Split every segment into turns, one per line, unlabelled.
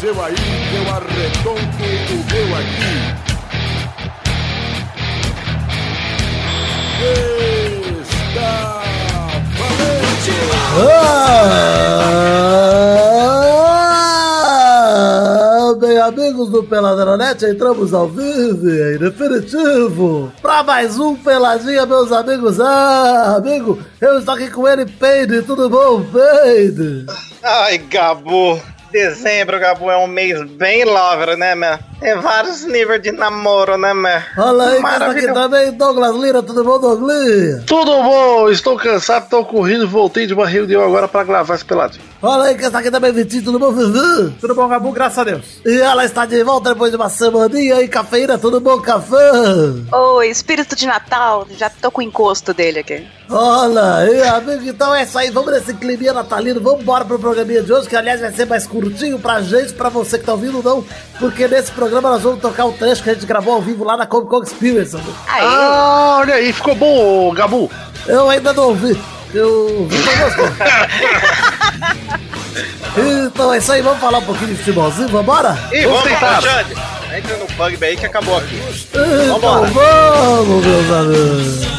seu aí, eu arredonto o meu aqui. Está valente!
Ah, Bem, amigos do Peladronete, entramos ao vivo e em definitivo pra mais um Peladinha, meus amigos. Ah, amigo, eu estou aqui com ele, Peide. Tudo bom, Peide?
Ai, Gabu. Dezembro, Gabu, é um mês bem lover, né, meu? Tem vários níveis de namoro, né, meu?
Olha aí, quem está aqui
Maravilhoso.
também, Douglas Lira. Tudo bom, Douglas?
Tudo bom? Estou cansado, estou correndo, voltei de barril de eu agora pra gravar esse peladinho.
Olha aí, quem está aqui também, Vitinho. Tudo bom, Vivi?
Tudo bom, Gabu? Graças a Deus.
E ela está de volta depois de uma semaninha. E cafeína, tudo bom, café?
Oi, espírito de Natal, já tô com o encosto dele aqui.
Olha aí, amigo, então é isso aí. Vamos nesse climinha natalino, vamos embora pro programinha de hoje, que aliás vai ser mais curtinho pra gente, pra você que tá ouvindo, não, porque nesse programa nós vamos tocar o trecho que a gente gravou ao vivo lá na Comic Con Experience. amigo.
Aí,
Ah, olha aí, ficou bom, ô, Gabu.
Eu ainda não ouvi. Eu ouvi, mas gostou. Então é isso aí, vamos falar um pouquinho de futebolzinho, vambora?
E vamos, tentar. Jande. Entra no bug aí que acabou aqui.
Então
Vambora.
vamos, meus amigos.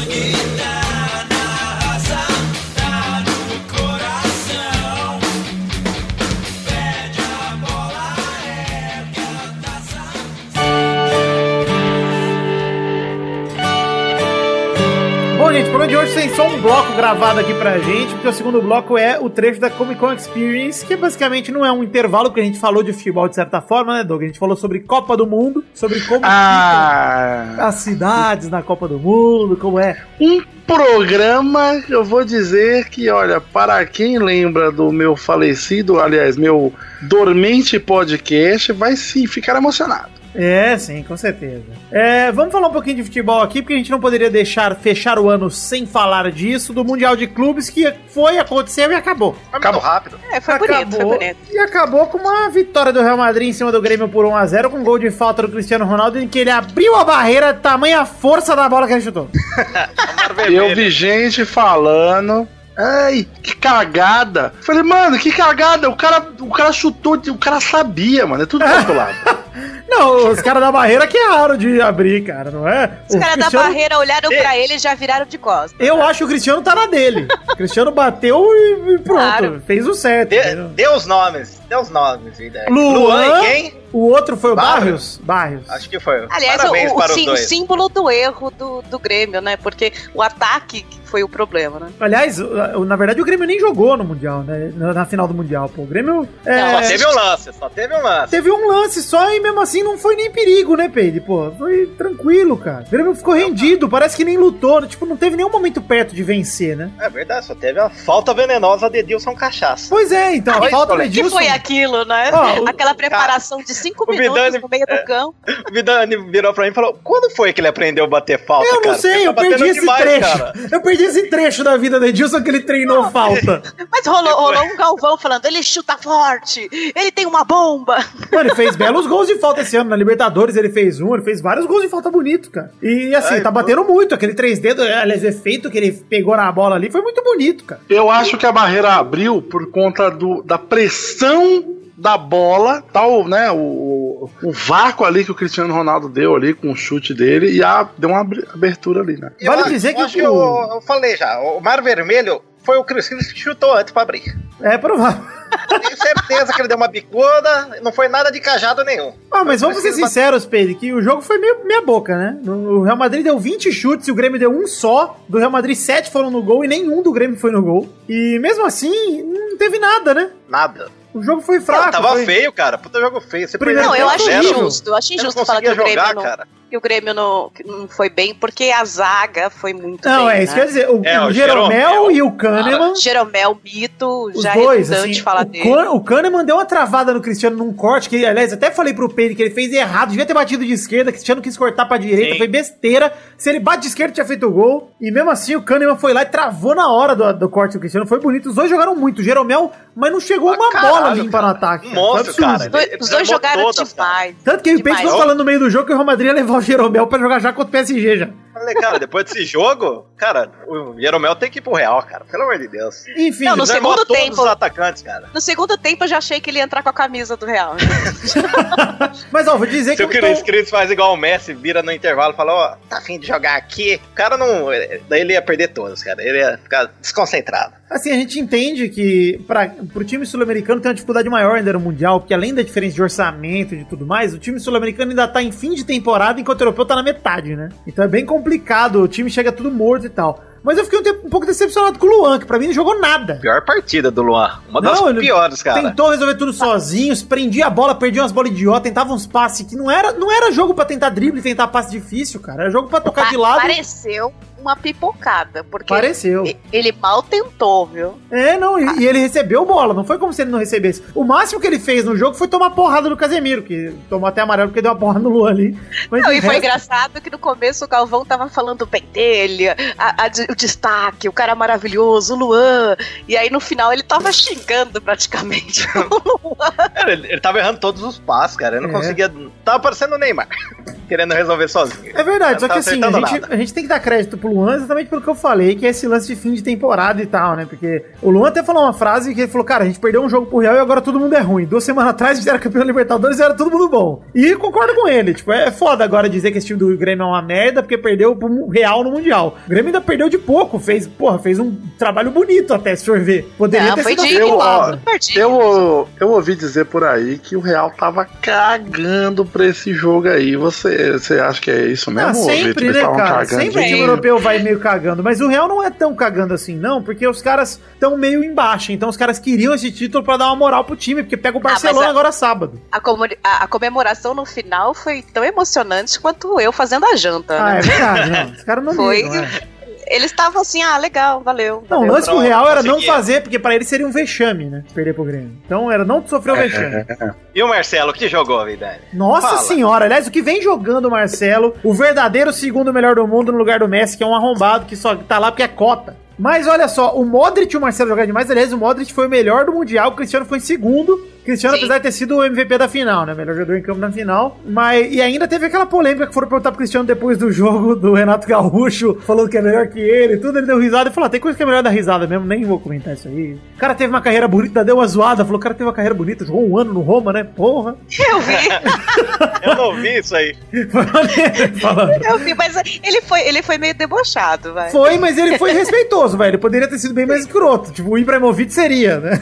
Bom, gente, o programa de hoje tem só um bloco gravado aqui pra gente, porque o segundo bloco é o trecho da Comic Con Experience, que basicamente não é um intervalo, porque a gente falou de futebol de certa forma, né, Doug? A gente falou sobre Copa do Mundo, sobre como
Ah,
ficam as cidades na Copa do Mundo, como é.
um programa, eu vou dizer que, olha, para quem lembra do meu falecido, aliás, meu dormente podcast, vai sim ficar emocionado.
É, sim, com certeza. É, vamos falar um pouquinho de futebol aqui, porque a gente não poderia deixar fechar o ano sem falar disso, do Mundial de Clubes que foi, aconteceu e acabou.
Acabou.
rápido.
é, foi bonito, foi bonito.
E acabou com uma vitória do Real Madrid em cima do Grêmio por 1x0, com um gol de falta do Cristiano Ronaldo, em que ele abriu a barreira, tamanha força da bola que ele chutou.
Eu vi gente falando. Ai, que cagada. Falei, mano, que cagada. O cara, o cara chutou, o cara sabia, mano. É tudo calculado.
Não, os caras da barreira que erraram de abrir, cara, não é?
Os
O
caras da
Cristiano-
barreira olharam pra ele e já viraram de costas.
Eu acho que o Cristiano tá na dele. O Cristiano bateu e e pronto,
Claro.
fez o certo.
Dê,
entendeu?
dê os nomes, dê os nomes. ideia.
Luan.
Luan e quem?
O outro foi o
Barrios?
Barrios? Barrios.
Acho que foi.
Aliás, o,
Parabéns
o
para os
sim- o
dois.
símbolo do erro do, do Grêmio, né? Porque o ataque que foi o problema, né?
Aliás, o- na verdade o Grêmio nem jogou no Mundial, né? Na na final do Mundial, pô. O Grêmio. é,
Só teve um lance, só teve um lance.
Teve um lance só e mesmo assim não foi nem perigo, né, Peide? Pô, foi tranquilo, cara. O Grêmio ficou rendido, parece que nem lutou. Tipo, não teve nenhum momento perto de vencer, né?
É verdade, só teve a falta venenosa de Edilson Cachaça.
Pois é, então, a
Mas,
falta do
Alex,
Que
Edilson...
foi aquilo, né?
Ó, o-
Aquela preparação de cinco
o
minutos
Vidani-
no meio do campo.
O Vidani virou pra mim e falou: Quando foi que ele aprendeu a bater falta?
Eu não
cara? Você
sei,
tá
eu perdi
batendo
esse
demais,
trecho.
cara."
Eu perdi esse trecho da vida do Edilson que ele treinou falta.
Mas rolou, rolou um galvão falando, ele chuta forte, ele tem uma bomba.
Mano, ele fez belos gols de falta esse ano. Na Libertadores ele fez um, ele fez vários gols de falta bonito, cara. E assim,
Ai,
tá
pô.
batendo muito. Aquele três dedos, aliás, o efeito que ele pegou na bola ali foi muito bonito, cara.
Eu acho que a barreira abriu por conta do, da pressão da bola, tal, né? O, o vácuo ali que o Cristiano Ronaldo deu ali com o chute dele e a, deu uma abri- abertura ali, né?
Eu
Vale
acho-
dizer que
eu acho
o-
que eu, eu falei já, o Mar Vermelho foi o Chris Chris que chutou antes pra abrir.
É provável.
Tenho certeza que ele deu uma bicuda, não foi nada de cajado nenhum.
Ah, mas vamos ser sinceros, Pedro, que o jogo foi meio meia boca, né? No- O Real Madrid deu 20 chutes e o Grêmio deu um só. Do Real Madrid, 7 foram no gol e nenhum do Grêmio foi no gol. E mesmo assim, não teve nada, né?
Nada.
O jogo foi fraco.
Não, tava
foi...
feio, cara. Puta jogo feio. Você
Primeiro
perdeu
Não, eu
por
acho
zero.
injusto. Eu acho
Você não
injusto falar que
conseguia
o Grêmio
jogar,
não,
cara.
que o Grêmio não, que não foi bem, porque a zaga foi muito
Não,
bem,
é
né?
isso que eu ia dizer. O,
É,
o
o
Jeromel,
Jeromel
e o Kahneman,
Jeromel, Mito,
os
já
dois,
é
assim,
redundante falar
o,
dele.
Kahn- o Kahneman deu uma travada no Cristiano num corte, que aliás, até falei pro Pedro que ele fez errado, devia ter batido de esquerda, Cristiano quis cortar pra direita,
Sim.
foi besteira. Se ele bate de esquerda, tinha feito o gol. E mesmo assim, o Kahneman foi lá e travou na hora do, do corte do Cristiano, foi bonito. Os dois jogaram muito, o Jeromel, mas não chegou
Ah,
uma
caralho,
bola limpa no
cara.
ataque.
Um
cara. Foi
monstro,
absurdo.
cara.
Os dois-
Ele
os dois
tramou
jogaram
todas, cara.
demais.
Tanto que o Pedro
Demais.
ficou falando no meio do jogo que o Real Madrid ia levar o Jeromel pra jogar já contra o PSG já.
Falei, cara, depois desse jogo, cara, o Jeromel tem que ir pro Real, cara. Pelo amor de Deus.
Enfim,
Não, no
Desarmou
segundo
todos
tempo.
os atacantes, cara.
No segundo tempo eu já achei que ele ia entrar com a camisa do Real.
mas ó, vou dizer
Se
que
o
eu
Chris
tô...
Cris faz igual o Messi, vira no intervalo e fala, ó, tá afim de jogar aqui. O cara não... Daí ele ia perder todos, cara. Ele ia ficar desconcentrado.
Assim, a gente entende que para pro time sul-americano tem uma dificuldade maior ainda no Mundial, porque além da diferença de orçamento e de tudo mais, o time sul-americano ainda tá em fim de temporada, enquanto o europeu tá na metade, né? Então é bem complicado, o time chega tudo morto e tal. Mas eu fiquei um, tempo- um pouco decepcionado com o Luan, que pra mim não jogou nada.
Pior partida do Luan. Uma das
Não, ele
piores, cara.
Tentou resolver tudo sozinho, prendia a bola, perdia umas bolas idiota, tentava uns passes que não era, não era jogo pra tentar drible, tentar passe difícil, cara. Era jogo pra tocar de
Pa-
lado.
Pareceu uma pipocada, porque
Pareceu.
e- ele mal tentou, viu?
É, não, e, e ele recebeu bola, não foi como se ele não recebesse. O máximo que ele fez no jogo foi tomar porrada do Casemiro, que tomou até amarelo porque deu uma porrada no Luan ali. Mas
Não,
de
e foi
resto-
engraçado que no começo o Galvão tava falando bem dele, a- a de- o destaque, o cara maravilhoso, o Luan. E aí no final ele tava xingando praticamente o Luan.
Cara, ele, ele tava errando todos os passos, cara. Eu não
É.
conseguia. Tava parecendo o Neymar, querendo resolver sozinho.
É verdade,
Eu
só
não tava
que assim, a
acertando
gente,
nada.
a gente tem que dar crédito pro Luan exatamente pelo que eu falei, que é esse lance de fim de temporada e tal, né? Porque o Luan até falou uma frase que ele falou, cara, a gente perdeu um jogo pro Real e agora todo mundo é ruim. Duas semanas atrás eles eram campeão da Libertadores e era todo mundo bom. E concordo com ele, tipo, é foda agora dizer que esse time do Grêmio é uma merda porque perdeu pro Real no Mundial. O Grêmio ainda perdeu de pouco, fez, porra, fez um trabalho bonito até, se for ver. Poderia
Ah,
ter
foi
sido
digno,
eu, ó,
super digno.
Eu, eu ouvi dizer por aí que o Real tava cagando pra esse jogo aí. Você, você acha que é isso mesmo?
Ah,
Vitor?
sempre,
Eles
né,
tavam
cara?
cagando
Sempre o
de-
time europeu vai meio cagando. Mas o Real não é tão cagando assim, não, porque os caras estão meio embaixo. Então os caras queriam esse título pra dar uma moral pro time, porque pega o
Ah, mas
Barcelona
a-
agora sábado.
A, comuni- a- a comemoração no final foi tão emocionante quanto eu fazendo a janta.
Ah,
né?
é verdade, não. Os caras não
Foi.
ligam, é.
Eles estavam assim, ah, legal, valeu.
Não, o
valeu.
lance pro Real era não
Conseguia.
fazer, porque pra ele seria um vexame, né? Perder pro Grêmio. Então era não sofrer
É,
o vexame.
E o Marcelo, que jogou, Vidani?
Nossa
Fala.
senhora, aliás, o que vem jogando o Marcelo, o verdadeiro segundo melhor do mundo no lugar do Messi, que é um arrombado que só tá lá porque é cota. Mas olha só, o Modric e o Marcelo jogaram demais. Aliás, o Modric foi o melhor do Mundial, o Cristiano foi em segundo. O Cristiano,
Sim.
apesar de ter sido o MVP da final, né? Melhor jogador em campo na final. Mas, e ainda teve aquela polêmica que foram perguntar pro Cristiano depois do jogo do Renato Gaúcho, falando que é melhor que ele e tudo. Ele deu risada e falou: "Ah, tem coisa que é melhor da risada mesmo, nem vou comentar isso aí. O cara teve uma carreira bonita, deu uma zoada, falou: o cara teve uma carreira bonita, jogou um ano no Roma, né? Porra.
Eu vi,
Eu não vi isso aí. É
Foi maneiro, falando.
eu vi, mas ele foi, ele foi meio debochado, vai.
Foi, mas ele foi respeitoso, velho. Ele poderia ter sido bem mais escroto. Tipo, o Ibrahimovic seria, né?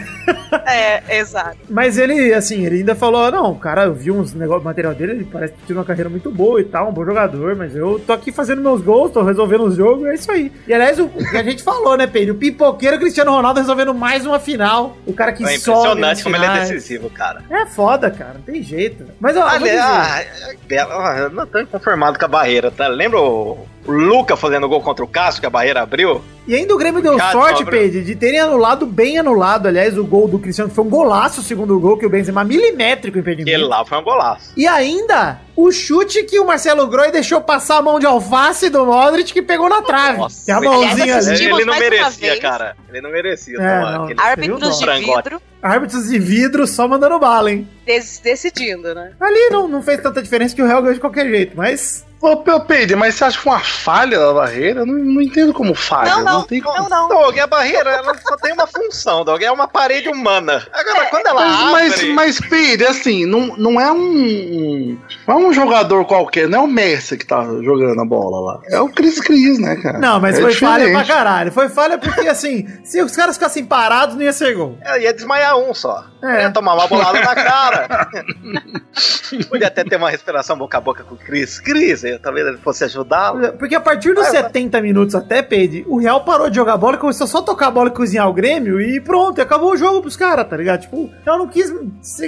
É, exato.
Mas ele, assim, ele ainda falou: não, cara, eu vi uns negócio, material dele, ele parece que teve uma carreira muito boa e tal, um bom jogador, mas eu tô aqui fazendo meus gols, tô resolvendo os jogos, é isso aí. E aliás, o que a gente falou, né, Pedro? O pipoqueiro Cristiano Ronaldo resolvendo mais uma final. O cara que
é
sobe.
impressionante
nas
como ele é
finais.
decisivo, cara.
É foda, cara, não tem jeito. Mas ó, eu vou
Olha,
dizer,
ah, é belo. Ah, eu não tô inconformado com a barreira, tá? Lembra o o Luca fazendo gol contra o Cássio, que a barreira abriu?
E ainda o Grêmio deu
Obrigado,
sorte,
Sobra.
Pedro, de terem anulado, bem anulado, aliás, o gol do Cristiano, que foi um golaço o segundo gol, que o Benzema milimétrico
E ele
impedimento.
lá foi um golaço.
E ainda o chute que o Marcelo Groi deixou passar a mão de alface do Modric, que pegou na trave.
Nossa, né?
que é a
muito
mãozinha
Aliás,
Tá ali.
assistimos
Ele não
mais uma
merecia,
vez.
cara. Ele não merecia.
É,
tomar
não.
aquele-
Árbitros de
Frangote.
vidro
Árbitros de vidro só mandando bala, hein?
des- decidindo, né?
Ali não, não fez tanta diferença que o Real ganhou de qualquer jeito, mas.
Ô, Pe- Peide, mas você acha que foi uma falha da barreira? Eu não, não entendo como falha.
Não, não,
tem
não,
como.
não.
Doug, a barreira ela só tem uma função, Doug. É uma parede humana. Agora, quando ela
É, Mas, mas,
abre...
mas, Peide, assim, não, não é um, um- Não é um jogador qualquer, não é o Messi que tá jogando a bola lá. É o Cris Cris, né, cara?
Não, mas
É
foi falha pra
diferente.
caralho. Foi falha porque, assim, se os caras ficassem parados, não ia ser gol.
Ela ia desmaiar um só.
É.
Ia tomar uma bolada na cara. Podia até ter uma respiração boca a boca com o Cris. Cris, eu- talvez ele fosse ajudá-lo.
Porque a partir dos
Ah,
70 minutos até, Pedro, o Real parou de jogar bola, e começou só a tocar a bola e cozinhar o Grêmio e pronto, e acabou o jogo pros caras, tá ligado? Tipo, ela não quis.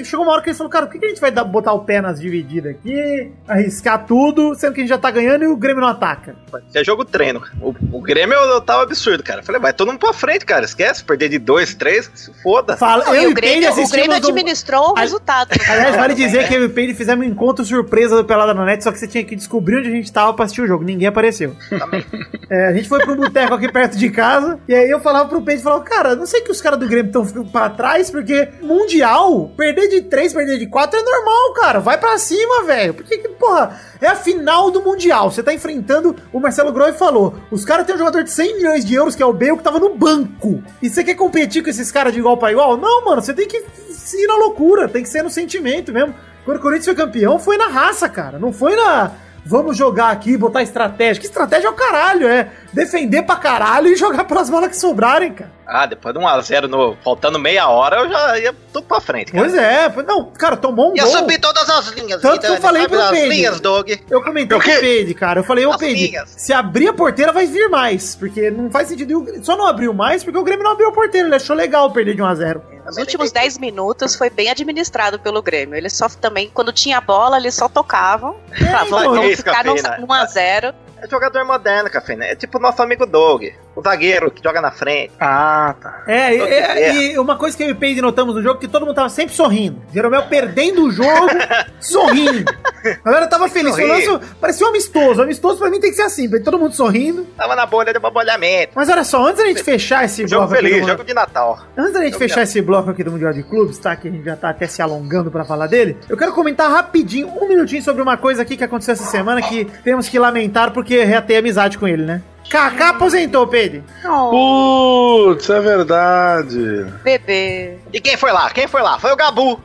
Chegou uma hora que eles falaram, cara, por que que a gente vai dar- botar o pé nas divididas aqui, arriscar tudo, sendo que a gente já tá ganhando e o Grêmio não ataca?
Isso é jogo treino. O, o Grêmio eu, eu tava absurdo, cara. Eu falei, vai todo mundo pra frente, cara. Esquece, perder de dois, três, se foda.
Fala,
Não,
eu
e
e
o Grêmio, É. o
assistimos
Grêmio
do-
administrou o
Ai-
resultado.
Aliás, vale dizer que eu e o Pedro fizemos um encontro surpresa do Pelada na Net, só que você tinha que descobrir onde a gente tava pra assistir o jogo. Ninguém apareceu. É, a gente foi pro boteco aqui perto de casa, e aí eu falava pro Pedro, falava, cara, não sei que os caras do Grêmio estão ficando pra trás, porque Mundial, perder de 3, perder de 4 é normal, cara. Vai pra cima, velho. Porque, que, porra, é a final do Mundial. Você tá enfrentando, o Marcelo Groi falou, os caras têm um jogador de 100 milhões de euros, que é o Bale, que tava no banco. E você quer competir com esses caras de igual pra igual? Não, mano, você tem que ir na loucura, tem que ser no sentimento mesmo. Quando o Corinthians foi campeão, foi na raça, cara. Não foi na. Vamos jogar aqui, botar estratégia. Que estratégia é o caralho, é? Defender pra caralho e jogar pelas bolas que sobrarem, cara.
Ah, depois de 1x0, no, faltando meia hora, eu já ia tudo pra frente, cara.
Pois é, pois- não, cara, tomou um
Ia
gol.
subir todas as linhas.
Tanto que eu falei
sabe
pro
as
Pedro.
linhas, Dog.
Eu comentei
O
com
quê?
o Pede, cara. Eu falei, ô
As
Pede,
ligas.
se abrir a porteira vai vir mais. Porque não faz sentido. E o- Só não abriu mais porque o Grêmio não abriu a porteira. Ele achou legal perder de 1x0.
Os últimos 10 minutos foi bem administrado pelo Grêmio. Eles só também, quando tinha bola, eles só tocavam.
Ah,
pra
então,
vamos
isso,
ficar no
Cafeína.
1x0.
É jogador moderno, Café, né? É tipo nosso amigo Dog. O zagueiro que joga na frente.
Ah, tá.
É,
Então,
e- e, e uma coisa que eu e o Pede notamos no jogo é que todo mundo tava sempre sorrindo. Jeromel perdendo o jogo, sorrindo. A galera tava feliz. Foi um
Sorrindo.
lance- Parecia um amistoso. Amistoso pra mim tem que ser assim, todo mundo sorrindo.
Tava na bolha de babolhamento.
Mas olha só, antes da gente fechar esse
Jogo
bloco aqui
feliz,
do-
jogo de Natal.
Antes da gente
Eu
fechar esse bloco aqui do Mundial de Clubes, tá? Que a gente já tá até se alongando pra falar dele. Eu quero comentar rapidinho, um minutinho, sobre uma coisa aqui que aconteceu essa semana que temos que lamentar porque reatei amizade com ele, né? Kaká aposentou, Pedro.
Oh,
Putz, é verdade.
bebê.
E quem foi lá? Quem foi lá? Foi o Gabu.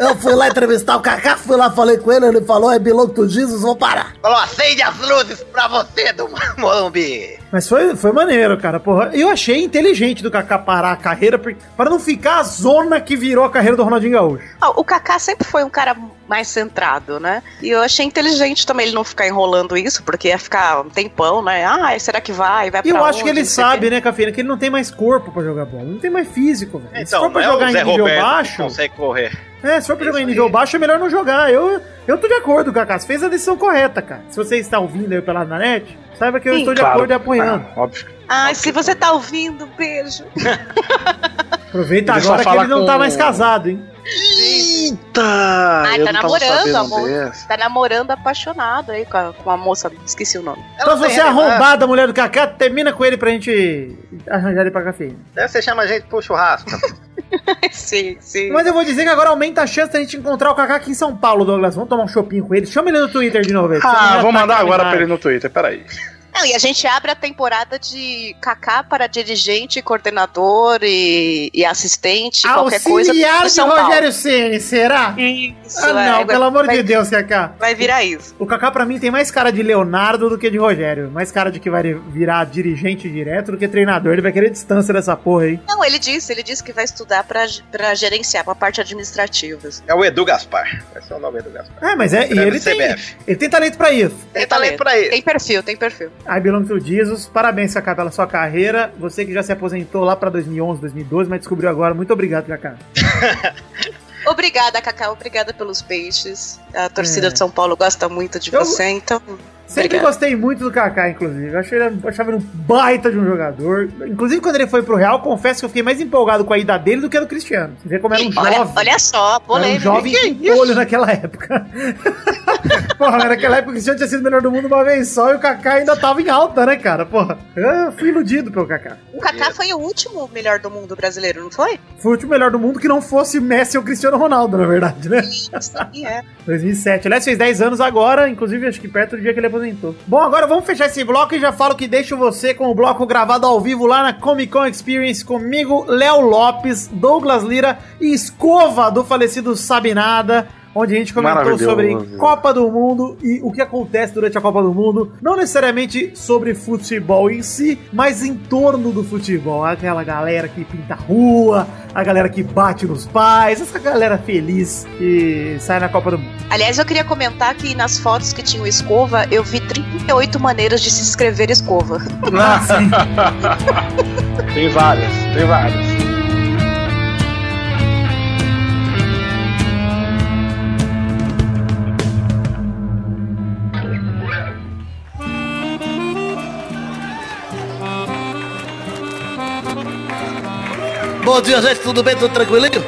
Eu fui lá entrevistar o Kaká, fui lá, falei com ele, ele falou, é below to Jesus, vou parar.
Falou, acende as luzes pra você do Morumbi.
Mas foi, foi maneiro, cara. Porra, eu achei inteligente do Kaká parar a carreira por- para não ficar a zona que virou a carreira do Ronaldinho Gaúcho.
Ah, o Kaká sempre foi um cara mais centrado, né? E eu achei inteligente também ele não ficar enrolando isso, porque ia ficar um tempão, né? Ah, será que vai? Vai pra
E
Tá
eu acho que
onde?
ele
Não sei o
sabe, né, Cafeína, que ele não tem mais corpo pra jogar bola. Não tem mais físico, velho.
Então,
Se for pra
é
não
jogar em nível
que
baixo.
consegue correr.
É, se for pra jogar em
Isso
nível
aí.
baixo, é melhor não jogar. Eu, eu tô de acordo, Kaká. Você fez a decisão correta, cara. Se você está ouvindo aí pela net, saiba que eu
Sim.
estou de
Claro.
acordo e apoiando.
Ah, óbvio.
quê. Ai, se você tá ouvindo, beijo.
Aproveita
Ele só
agora que
fala
ele não tá
com-
mais casado, hein?
Eita!
Ai,
Ah, eu
tá
não tava
namorando,
sabendo
amor.
dessa.
Tá namorando apaixonado aí com a, com a moça, esqueci o nome.
Ela
então, se
tem
você é
relevância.
arrombada, mulher do Kaká, termina com ele pra gente arranjar ele pra cafeína.
Deve você chama a gente pro churrasco.
sim, sim.
Mas eu vou dizer que agora aumenta a chance da gente encontrar o Kaká aqui em São Paulo, Douglas. Vamos tomar um chopinho com ele. Chama ele no Twitter de novo. aí, pra você
Ah,
já
vou
tá
mandar agora
combinado.
pra ele no Twitter, peraí.
Não, e a gente abre a temporada de Kaká para dirigente, coordenador e, e assistente, qualquer coisa.
Auxiliar
do
de
São Paulo.
Rogério Ceni, será?
Isso,
ah, não,
é,
pelo amor
vai,
de Deus, Kaká.
Vai virar isso.
O Kaká pra mim tem mais cara de Leonardo do que de Rogério. Mais cara de que vai virar dirigente direto do que treinador. Ele vai querer distância dessa porra aí.
Não, ele disse, ele disse que vai estudar para para gerenciar, para parte administrativa.
é o Edu Gaspar. Esse é o nome do Gaspar.
É, mas é, e ele tem,
CBF.
ele tem talento pra isso.
Tem talento pra ele.
Tem perfil, tem perfil.
I Belong to Jesus, parabéns, Kaká, pela sua carreira. Você que já se aposentou lá pra 2011, 2012, mas descobriu agora. Muito obrigado, Kaká.
Obrigada, Cacá, obrigada pelos peixes. A torcida
É.
de São Paulo gosta muito de
Eu-
você, então.
Sempre
Obrigado.
gostei muito do Kaká, inclusive. Eu achei ele- eu achava ele um baita de um jogador. Inclusive, quando ele foi pro Real, confesso que eu fiquei mais empolgado com a ida dele do que a do Cristiano. Você vê como era um jovem.
Olha, olha só,
Era um
polêmica.
jovem olho naquela época. Porra, mas naquela época o Cristiano tinha sido o melhor do mundo uma vez só e o Kaká ainda tava em alta, né, cara? Porra, eu fui iludido pelo Kaká.
O Kaká foi o último melhor do mundo brasileiro, não foi?
Foi o último melhor do mundo que não fosse Messi ou Cristiano Ronaldo, na verdade, né?
Sim, é.
2007. Aliás, fez 10 anos agora, inclusive acho que perto do dia que ele aposentou. Bom, agora vamos fechar esse bloco e já falo que deixo você com o bloco gravado ao vivo lá na Comic Con Experience comigo, Léo Lopes, Douglas Lira e Escova do falecido Sabinada. Onde a gente comentou
Maravilhoso.
sobre Copa do Mundo e o que acontece durante a Copa do Mundo. Não necessariamente sobre futebol em si, mas em torno do futebol. Aquela galera que pinta a rua, a galera que bate nos pais, essa galera feliz que sai na Copa do Mundo.
Aliás, eu queria comentar que nas fotos que tinham escova, eu vi 38 maneiras de se escrever escova.
Tem várias, tem várias.
Bom dia, gente, tudo bem, tudo tranquilinho?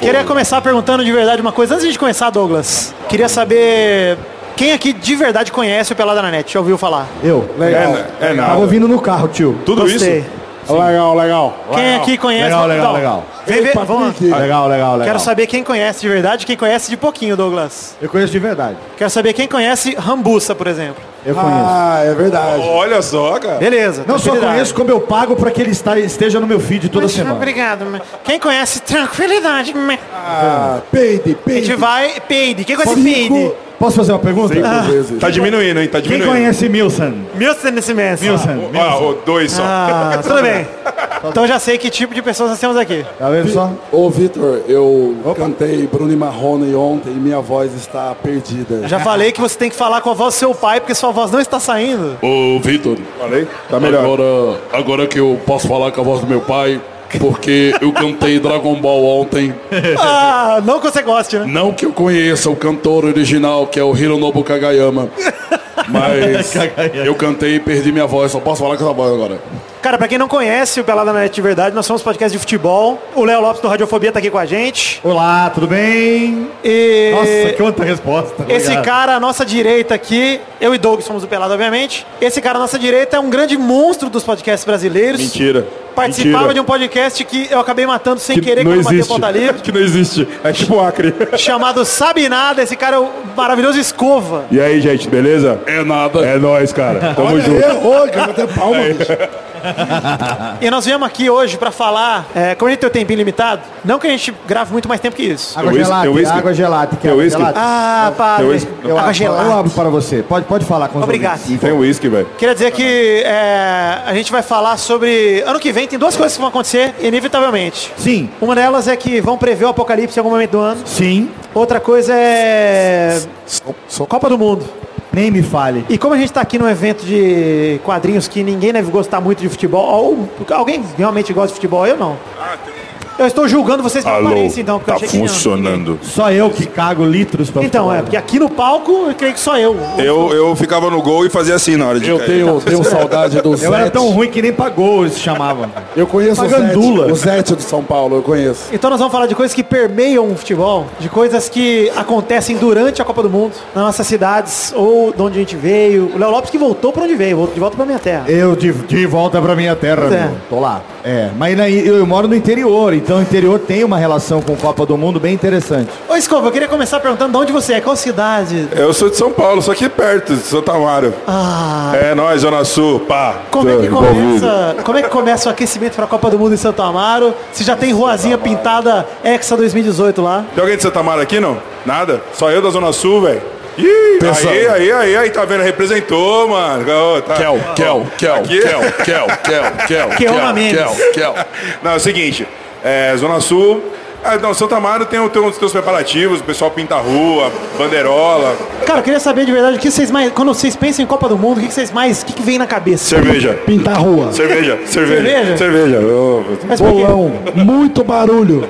Queria começar perguntando de verdade uma coisa. Antes de começar, Douglas, queria saber quem aqui de verdade conhece o Pelada na Net, já ouviu falar?
Eu, legal.
É, é nada.
Tava ouvindo no carro, tio.
Tudo
Gostei.
isso?
Legal, legal.
Quem
legal.
aqui conhece-
Legal, legal,
Não.
legal.
Vem ver- vamos-
Patrick. Legal, legal, legal.
Quero saber quem conhece de verdade e quem conhece de pouquinho, Douglas.
Eu conheço de verdade.
Quero saber quem conhece Rambuça, por exemplo.
Eu conheço.
Ah, é verdade.
Olha só, cara.
Beleza.
Não só
tranquilidade.
conheço, como eu pago pra que ele está- esteja no meu feed toda
Mas,
semana.
Obrigado. mas- Quem conhece tranquilidade? mas-
Ah, peide,
A
peide.
gente vai. Peide. Quem conhece
Cinco...
Peide?
Posso fazer uma pergunta? Ah.
Cinco vezes.
Tá diminuindo, hein? Tá
Quem
diminuindo.
conhece Milson?
Milton nesse mês.
Milson.
Ó, ó, dois só.
Ah, tudo bem. Então já sei que tipo de pessoas nós temos aqui.
Ah,
Tá vendo só?
Ô, Vitor, eu cantei Bruno e Marrone ontem e minha voz está perdida.
Já falei que você tem que falar com a voz do seu pai, porque sua voz não está saindo.
Ô, Vitor,
Falei? Tá melhor.
agora, agora que eu posso falar com a voz do meu pai, porque eu cantei Dragon Ball ontem.
Ah, não que você goste, né?
Não que eu conheça o cantor original, que é o Hironobu Kagayama. Mas eu cantei e perdi minha voz, só posso falar com essa voz agora.
Cara, pra quem não conhece o Pelada na Net de Verdade, nós somos podcast de futebol. O Léo Lopes do Radiofobia tá aqui com a gente.
Olá, tudo bem?
E
Nossa, que outra resposta.
É. esse
Obrigado.
cara à nossa direita aqui, eu e Doug somos o Pelado, obviamente. Esse cara à nossa direita é um grande monstro dos podcasts brasileiros.
Mentira.
Participava
Mentira.
de um podcast que eu acabei matando sem querer
não
quando matei a
existe.
ponta livre,
que não existe. É tipo Acre.
chamado Sabe Nada. Esse cara é o maravilhoso Escova.
E aí, gente, beleza?
É nada.
É nóis, cara. Tamo
Olha,
junto.
Errou, cara, até palma, bicho.
E nós viemos aqui hoje pra falar, é, como a gente tem o tempinho limitado, não que a gente grave muito mais tempo que isso.
Água
Tem whisky?
gelada,
Tem whisky?
água gelada. Quer
Tem
água
whisky?
gelada?
Ah,
eu-
padre,
Eu,
água
abro- eu
gelada.
abro para você. Pode, pode falar com os
Obrigado.
ouvintes. Então,
Tem uísque, velho.
Queria dizer que é, a gente vai falar sobre... Ano que vem tem duas coisas que vão acontecer, inevitavelmente.
Sim,
Uma delas é que vão prever o apocalipse em algum momento do ano.
sim.
Outra coisa é... Copa do Mundo.
Nem me fale.
E como a gente tá aqui num evento de quadrinhos que ninguém deve gostar muito de futebol, ou alguém realmente gosta de futebol, eu não. Eu estou julgando vocês pela aparência, então, porque eu
Tá
achei que não.
Só eu que cago litros pra
Então,
futebol.
é, porque aqui no palco eu creio que só eu.
Eu, eu ficava no gol e fazia assim na hora de
Eu
cair.
tenho,
Tá.
tenho saudade do Zé.
Eu era tão ruim que nem pagou, eles chamavam.
Eu
Tá
conheço o Zete,
Pagandula.
o Zete do São Paulo, eu conheço.
Então nós vamos falar de coisas que permeiam o futebol, de coisas que acontecem durante a Copa do Mundo, nas nossas cidades, ou de onde a gente veio. O Léo Lopes que voltou pra onde veio, voltou de volta pra minha terra.
Eu de, de volta pra minha terra,
Pois é.
meu. Tô lá. É, mas na- eu, eu moro no interior, então o interior tem uma relação com Copa do Mundo bem interessante.
Ô Escova, eu queria começar perguntando de onde você é, qual cidade?
Eu sou de São Paulo, só aqui perto, de Santa Amaro.
Ah,
É nóis, Zona Sul, pá.
como é, que
Tô envolvido.
começa, como é que começa o aquecimento pra Copa do Mundo em Santo Amaro? Se já tem ruazinha pintada Hexa 2018 lá?
Tem alguém de Santa Amaro aqui, não? Nada? Só eu da Zona Sul, velho? Ih,
Pensa-
aí, aí, aí, aí, tá vendo? Representou, mano. Ô, tá-
Kel, Kel, Kel,
Aqui.
Kel, Kel, Kel, Kel,
Kelma Mendes.
Kel, Kel.
Não, é o seguinte, é, Zona Sul. Ah, não, Santa Amaro tem, o- tem os seus preparativos, o pessoal pinta a rua, banderola,
Cara, eu queria saber de verdade o que vocês mais. Quando vocês pensam em Copa do Mundo, o que vocês mais. O que, que vem na cabeça?
cerveja,
Pintar a rua.
cerveja, cerveja,
Cerveja?
cerveja. Ô,
Mas por quê?
Bolão. Muito barulho.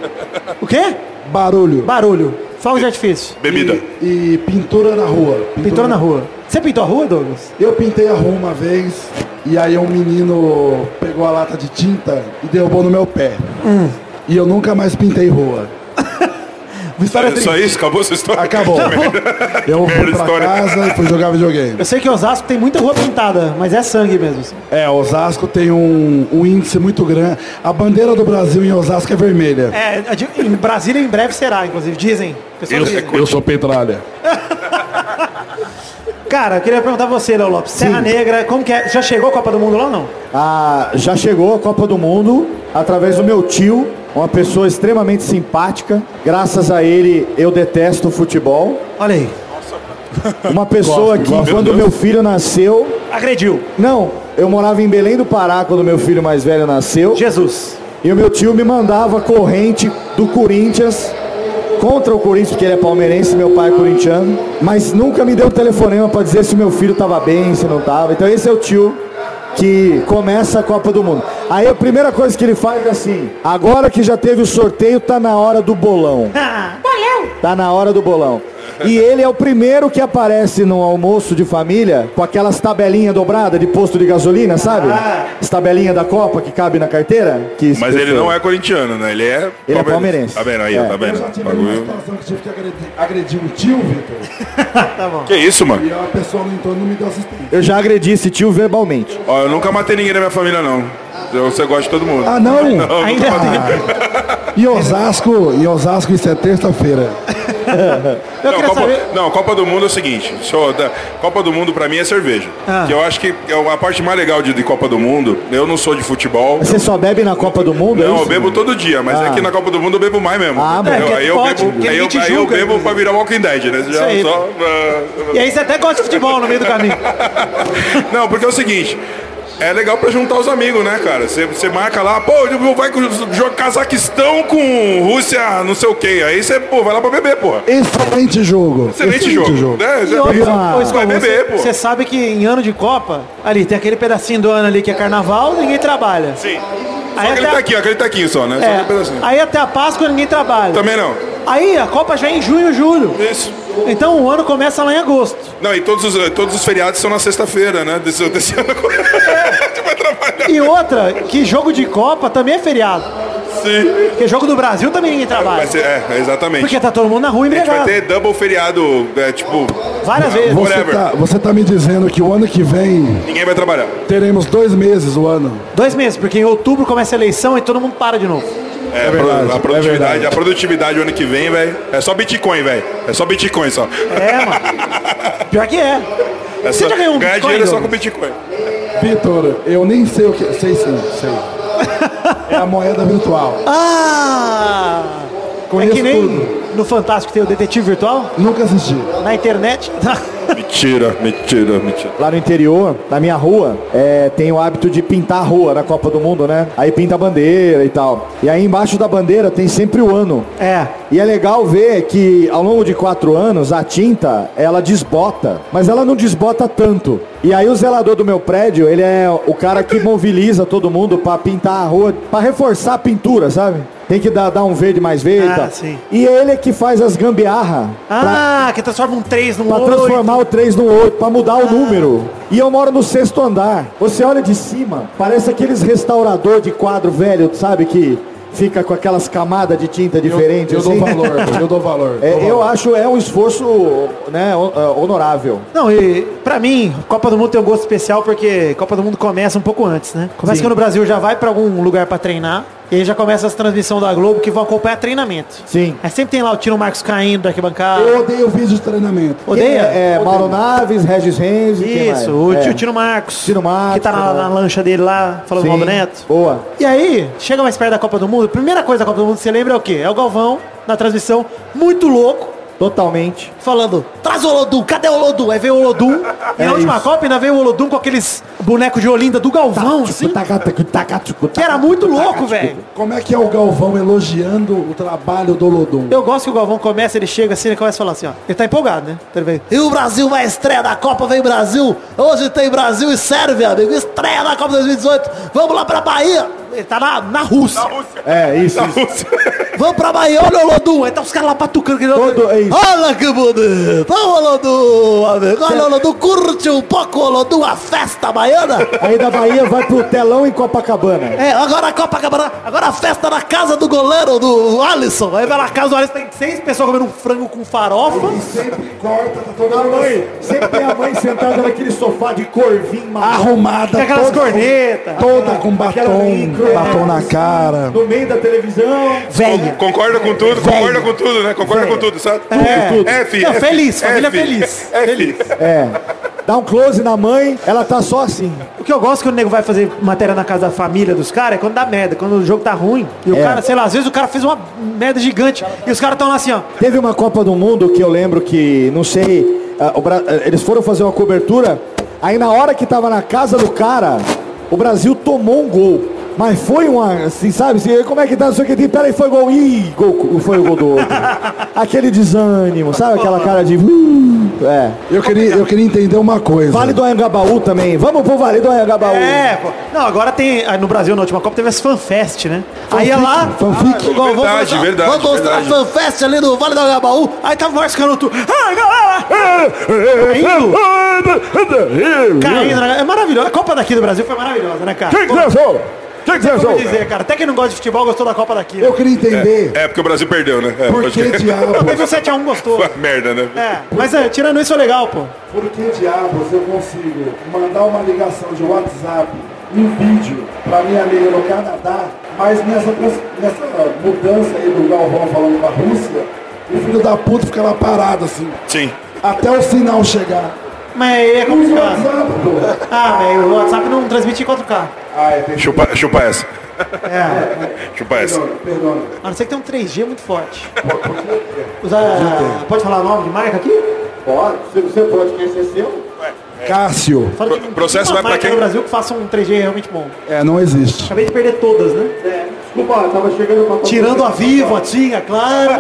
O quê?
Barulho.
Barulho. Fogos de artifício.
Bebida.
E, e pintura na rua.
Pintura na rua. Você pintou a rua, Douglas?
Eu pintei a rua uma vez e aí um menino pegou a lata de tinta e derrubou no meu pé.
Hum.
E eu nunca mais pintei rua.
É Só isso? Acabou essa história?
Acabou. eu
merda
fui pra
história.
casa e fui jogar videogame.
Eu sei que Osasco tem muita rua pintada, mas é sangue mesmo.
É, Osasco tem um, um índice muito grande. A bandeira do Brasil em Osasco é vermelha.
É, a de- em Brasília em breve será, inclusive. Dizem. Pessoas dizem.
Eu sou petralha.
Cara, eu queria perguntar pra você, Léo Lopes. Serra Negra, como que é? Já chegou a Copa do Mundo lá ou não?
Ah, já chegou a Copa do Mundo através do meu tio, uma pessoa extremamente simpática. Graças a ele, eu detesto futebol.
Olha aí.
Uma pessoa que, quando meu filho nasceu,
Agrediu.
Não, eu morava em Belém do Pará quando meu filho mais velho nasceu.
Jesus.
E o meu tio me mandava corrente do Corinthians contra o Corinthians, porque ele é palmeirense, meu pai é corintiano, mas nunca me deu telefonema pra dizer se meu filho tava bem, se não tava. Então esse é o tio que começa a Copa do Mundo. Aí a primeira coisa que ele faz é assim: agora que já teve o sorteio, tá na hora do bolão. Tá na hora do bolão. E ele é o primeiro que aparece no almoço de família com aquelas tabelinhas dobradas de posto de gasolina, sabe? As tabelinhas da Copa que cabe na carteira. Que
Mas ele não é corintiano, né? Ele é.
Ele é palmeirense.
Tá vendo aí,
É.
tá
Eu já
vendo?
tive uma
Bagulho.
situação que tive que agredir, agredir o tio, Vitor,
Que isso, mano?
e a pessoa no entorno não me deu assistência.
Eu já agredi esse tio verbalmente.
Ó, eu nunca matei ninguém da minha família, não. Você gosta de todo mundo.
Ah, não!
Não,
Ainda
não pode-
E Osasco, e Osasco, isso é terça-feira.
Eu
não,
queria
Copa,
saber.
não, Copa do Mundo é o seguinte. só da- Copa do Mundo pra mim é cerveja.
Ah.
Que eu acho que é a parte mais legal de, de Copa do Mundo. Eu não sou de futebol.
Você só bebe na Copa do Mundo? é
Não,
isso?
eu bebo todo dia, mas
Ah.
aqui na Copa do Mundo eu bebo mais mesmo.
Ah, bom.
Entendeu?
É, porque
aí eu
pode, porque
bebo, aí eu,
ninguém te
aí eu
julga,
bebo
inclusive.
pra virar Walking Dead, né? Já
aí.
só, ah,
E aí você até gosta de futebol no meio do caminho.
Não, porque é o seguinte. É legal pra juntar os amigos, né, cara? Você- Você marca lá, pô, vai com- jogar Cazaquistão com Rússia, não sei o quê. Aí você, pô, vai lá pra beber, porra.
Excelente jogo.
Excelente jogo. Né?
E
Você
outra,
pensa,
ô,
vai
Escovão,
beber,
você,
pô.
você sabe que em ano de Copa, ali tem aquele pedacinho do ano ali que é carnaval, ninguém trabalha.
Sim. Só
Aí
tá aquele
até-
taquinho, aquele taquinho só, né? Só
É,
aquele pedacinho.
aí até a Páscoa ninguém trabalha.
Também não.
Aí a Copa já é em junho, julho.
Isso.
Então o ano começa lá em agosto.
Não, e todos os, todos os feriados são na sexta-feira, né? Desse, desse ano. Tipo, vai trabalhar.
E outra, que jogo de Copa também é feriado.
Sim.
Porque jogo do Brasil também ninguém trabalha.
Vai ser- é, exatamente.
Porque tá todo mundo na rua
A gente vai
embriagado.
ter double feriado, é, tipo,
Várias vezes.
Você
Whatever.
tá, você tá me dizendo que o ano que vem
ninguém vai trabalhar.
teremos dois meses o ano.
Dois meses, porque em outubro começa a eleição e todo mundo para de novo.
É, pro-
verdade,
a
é
produtividade,
verdade.
a produtividade o ano que vem, velho. É só Bitcoin, velho. É só Bitcoin só.
É, mano. Pior que é.
É
Você
só-
já ganhou um
ganhar
Bitcoin,
dinheiro é só com
Douglas?
Bitcoin.
Vitor, eu nem sei o que. Sei sim, sei. É a moeda virtual.
Ah!
Conheço
é que nem
tudo.
no Fantástico tem o detetive virtual,
Nunca assisti.
na internet.
Mentira, mentira, mentira.
Lá no interior, na minha rua, é, tem o hábito de pintar a rua na Copa do Mundo, né? Aí pinta a bandeira e tal. E aí embaixo da bandeira tem sempre o ano.
é.
E é legal ver que ao longo de quatro anos a tinta ela desbota, mas ela não desbota tanto. E aí o zelador do meu prédio, ele é o cara que mobiliza todo mundo pra pintar a rua, pra reforçar a pintura, sabe? Tem que dar, dar um verde mais verde. e
Ah,
tal.
sim.
E ele é que faz as gambiarra pra-
Ah, que transforma um 3 num
Pra
8.
transformar o 3 no 8, pra mudar
Ah.
o número. E eu moro no sexto andar. Você olha de cima, parece aqueles restaurador de quadro velho, sabe? Que fica com aquelas camadas de tinta diferentes.
eu dou
assim.
valor, eu dou valor.
É,
dou
eu
valor.
acho é um esforço né, hon- ah, honorável.
Não, e pra mim, Copa do Mundo tem um gosto especial porque Copa do Mundo começa um pouco antes, né? Começa que no Brasil já vai pra algum lugar pra treinar. E aí já começa as transmissões da Globo que vão acompanhar treinamento.
Sim.
Aí sempre tem lá o Tino Marcos caindo da arquibancada.
Eu odeio vídeo de treinamento.
Odeia?
É, é, Mauro Naves, Regis Reis e quem mais?
Isso, o
é.
tio Tino Marcos.
Tino Marcos,
Que tá na,
verdade.
na lancha dele lá, falando
Sim,
mal do Neto.
Boa.
E aí, chega mais perto da Copa do Mundo, a primeira coisa da Copa do Mundo que você lembra é o quê? É o Galvão, na transmissão, muito louco,
Totalmente.
falando, traz o Olodum, cadê o Olodum? Aí veio o Olodum,
É
e na última Copa ainda veio o Olodum com aqueles bonecos de Olinda do Galvão, assim, que era muito louco, velho.
Como é que é o Galvão elogiando o trabalho do Lodum?
Eu gosto que o Galvão começa, ele chega assim, ele começa a falar assim, ó. Ele tá empolgado, né? Então ele vem, e o Brasil vai estreia da Copa, vem Brasil. Hoje tem Brasil e Sérvia, amigo. Estreia da Copa 2018. Vamos lá pra Bahia. Ele tá na, na Rússia.
É, isso. isso.
Vamos pra Bahia, olha o Olodum. Aí tá os caras lá patucando. Que...
Todo- é isso.
Olha que bonito. Olha o Olodum, amigo. Olha o Olodum, curte um pouco o Olodum, a festa baiana.
Aí da Bahia vai pro telão em Copacabana.
É, agora a Copa Cabana, agora a festa na casa do goleiro, do Alisson. Aí vai na casa do Alisson, tem seis pessoas comendo um frango com farofa.
Sempre corta, tá toda
A mãe, sempre tem a mãe sentada naquele sofá de corvinho marrom,
arrumada.
Tem aquelas
toda-
cornetas. é.
Toda com batom,
micro-
batom na cara.
no meio da televisão.
Con- Concorda com tudo, concorda com tudo, né? Concorda com tudo, sabe?
É.
Tudo, tudo. É, fi,
Não,
é, fi,
feliz, família
fi,
feliz.
É, fi.
É. Dá um close na mãe, ela tá só assim.
O que eu gosto que o nego vai fazer matéria na casa da família dos caras é quando dá merda, quando o jogo tá ruim. E o
É.
cara, sei lá, às vezes o cara fez uma merda gigante e os caras tão lá assim, ó.
Teve uma Copa do Mundo que eu lembro que, não sei, ah, o Bra- ah, eles foram fazer uma cobertura, aí na hora que tava na casa do cara, o Brasil tomou um gol. Mas foi uma, assim, sabe? assim, como é que tá? Não sei o que tem. Peraí, foi gol. Ih, gol, foi o gol do outro. Aquele desânimo, sabe? Aquela cara de. "Hum", É.
Eu queria, eu queria entender uma coisa.
Vale do Anhangabaú também. Vamos pro Vale do Anhangabaú.
É, pô. Não, agora tem. aí No Brasil, na última Copa, teve as fanfest, né? aí é lá.
fanfic.
o Galvão
Verdade,
começou,
verdade,
Vamos mostrar a
verdade.
fanfest ali no Vale do Agabaú. Aí tava nós ficando tu. Ai, ah, galera! Caindo. Caindo. né? É maravilhoso. A Copa daqui do Brasil foi maravilhosa, né, cara? Como- Como dizer, cara? Até quem não gosta de futebol gostou da Copa daqui. né?
Eu queria entender
É, porque o Brasil perdeu, né? É,
por
pode
que
crer.
Não, teve
diabos,
o 7x1 gostou.
Foi uma merda, né?
É, mas é, tirando isso, foi legal, pô.
por que diabos eu consigo mandar uma ligação de WhatsApp um vídeo pra minha amiga no Canadá, mas nessa, trans- nessa mudança aí do Galvão falando com a Rússia, o filho da puta fica lá parado assim,
Sim.
até o sinal chegar.
Mas aí é
Usa o
complicado.
WhatsApp, pô.
Ah, velho, o WhatsApp não transmite em 4K.
Ah, é, tem...
Chupa, chupa essa.
É,
Chupa essa.
Perdona, perdona.
a não ser que tem um 3G muito forte. Usa, pode falar o nome de marca aqui?
Pode, se você pode conhecer seu.
Cássio,
Fala
Pro-
que não tem
processo vai
uma
pra
marca
quem?
no Brasil que faça um 3G realmente bom.
é, não existe.
Acabei de perder todas, né?
É, desculpa, eu tava chegando pra...
Tirando a Vivo, a Tinha, claro.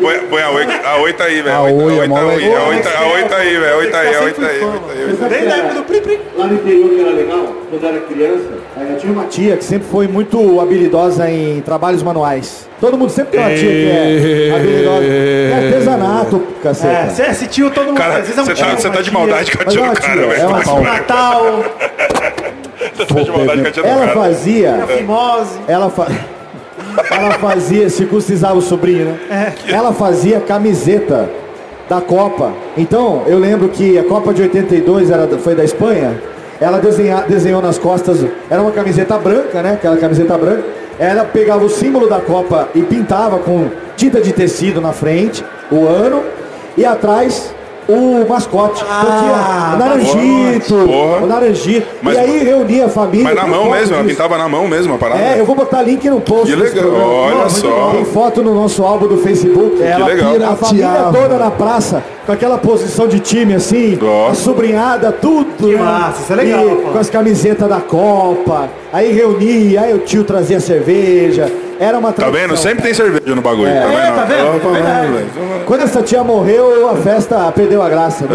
Põe, põe a oito a oito aí, velho.
A
A oito-
oi,
a
é mó
oito- a oito- a oito aí, velho. A oito
tá
aí, a oito aí, a oito aí. a oito aí.
Desde a época do Pri Pri.
Lá no interior que era legal, quando eu era criança, é, tinha uma
Tia que sempre foi muito habilidosa em trabalhos manuais. Todo mundo sempre tem uma tia que é habilidosa. É artesanato, caceta.
É, você assistiu todo mundo.
Cara,
às vezes é um
você
tio,
tá, você
uma
tá de
tia.
maldade com a
Mas
tia
é uma
do cara,
tia, é
velho.
uma
Mas
Um Natal,
Você tá de maldade com a tia do
Ela
cara.
a
fazia.
Fimose.
Ela fa... Ela fazia, circuncisava o sobrinho, né? Ela fazia camiseta da Copa. Então, eu lembro que a Copa de 82 era, da- foi da Espanha. Ela desenha, desenhou nas costas, era uma camiseta branca, né? Aquela camiseta branca. Ela pegava o símbolo da Copa e pintava com tinta de tecido na frente, o ano, e atrás o mascote. Então tinha
Ah,
o Naranjito,
porra.
o Naranjito.
Mas-
e aí reunia a família.
Mas na
tem
mão
foto
mesmo, ela
disso.
pintava na mão mesmo a parada.
É, eu vou botar link no post.
Ah, Que
desse
legal,
programa.
olha
muito
só.
bom. Tem foto no nosso álbum do Facebook. Ela
legal.
A família
Pirateava.
toda na praça, com aquela posição de time assim,
Ó.
a sobrinhada, tudo. né?
massa, isso é legal,
E
pô.
com as camisetas da Copa. Aí reunia, aí o tio trazia cerveja. Era uma
Tá vendo? Sempre tem cerveja no bagulho. Tá vendo?
tá vendo?
Eu tô
Verdade.
falando, velho.
Quando essa tia morreu, a festa perdeu a graça. né?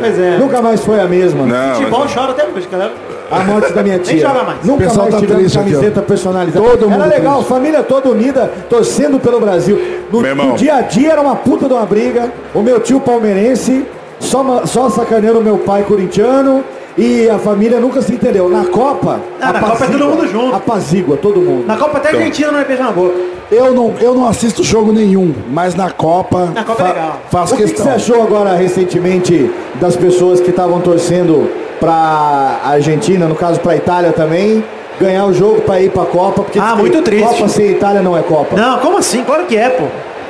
Pois é.
Nunca mais foi a mesma. né?
Não,
Futebol
mas-
chora até hoje, galera.
A morte da minha tia.
joga mais.
Nunca
O pessoal
mais
tá
tivemos
triste aqui,
camiseta personalizada.
Todo mundo
era legal,
triste.
família toda unida, torcendo pelo Brasil. No,
Meu irmão.
no dia a dia era uma puta de uma briga. O meu tio palmeirense, só, ma- só sacaneando o meu pai corintiano. E a família nunca se entendeu. Na Copa.
Ah, na Copa é
apazigua.
todo mundo junto.
Apazigua, todo mundo.
Na Copa até
Então.
a Argentina não é beijo na boca.
Eu não, eu não assisto jogo nenhum, mas na Copa,
Na Copa é legal.
faço
o que, que
questão.
você achou agora recentemente das pessoas que estavam torcendo pra Argentina, no caso pra Itália também, ganhar o jogo pra ir pra Copa? Porque
Ah,
diz que
muito triste.
Copa sem Itália não é Copa.
Não, como assim? Claro que é, pô.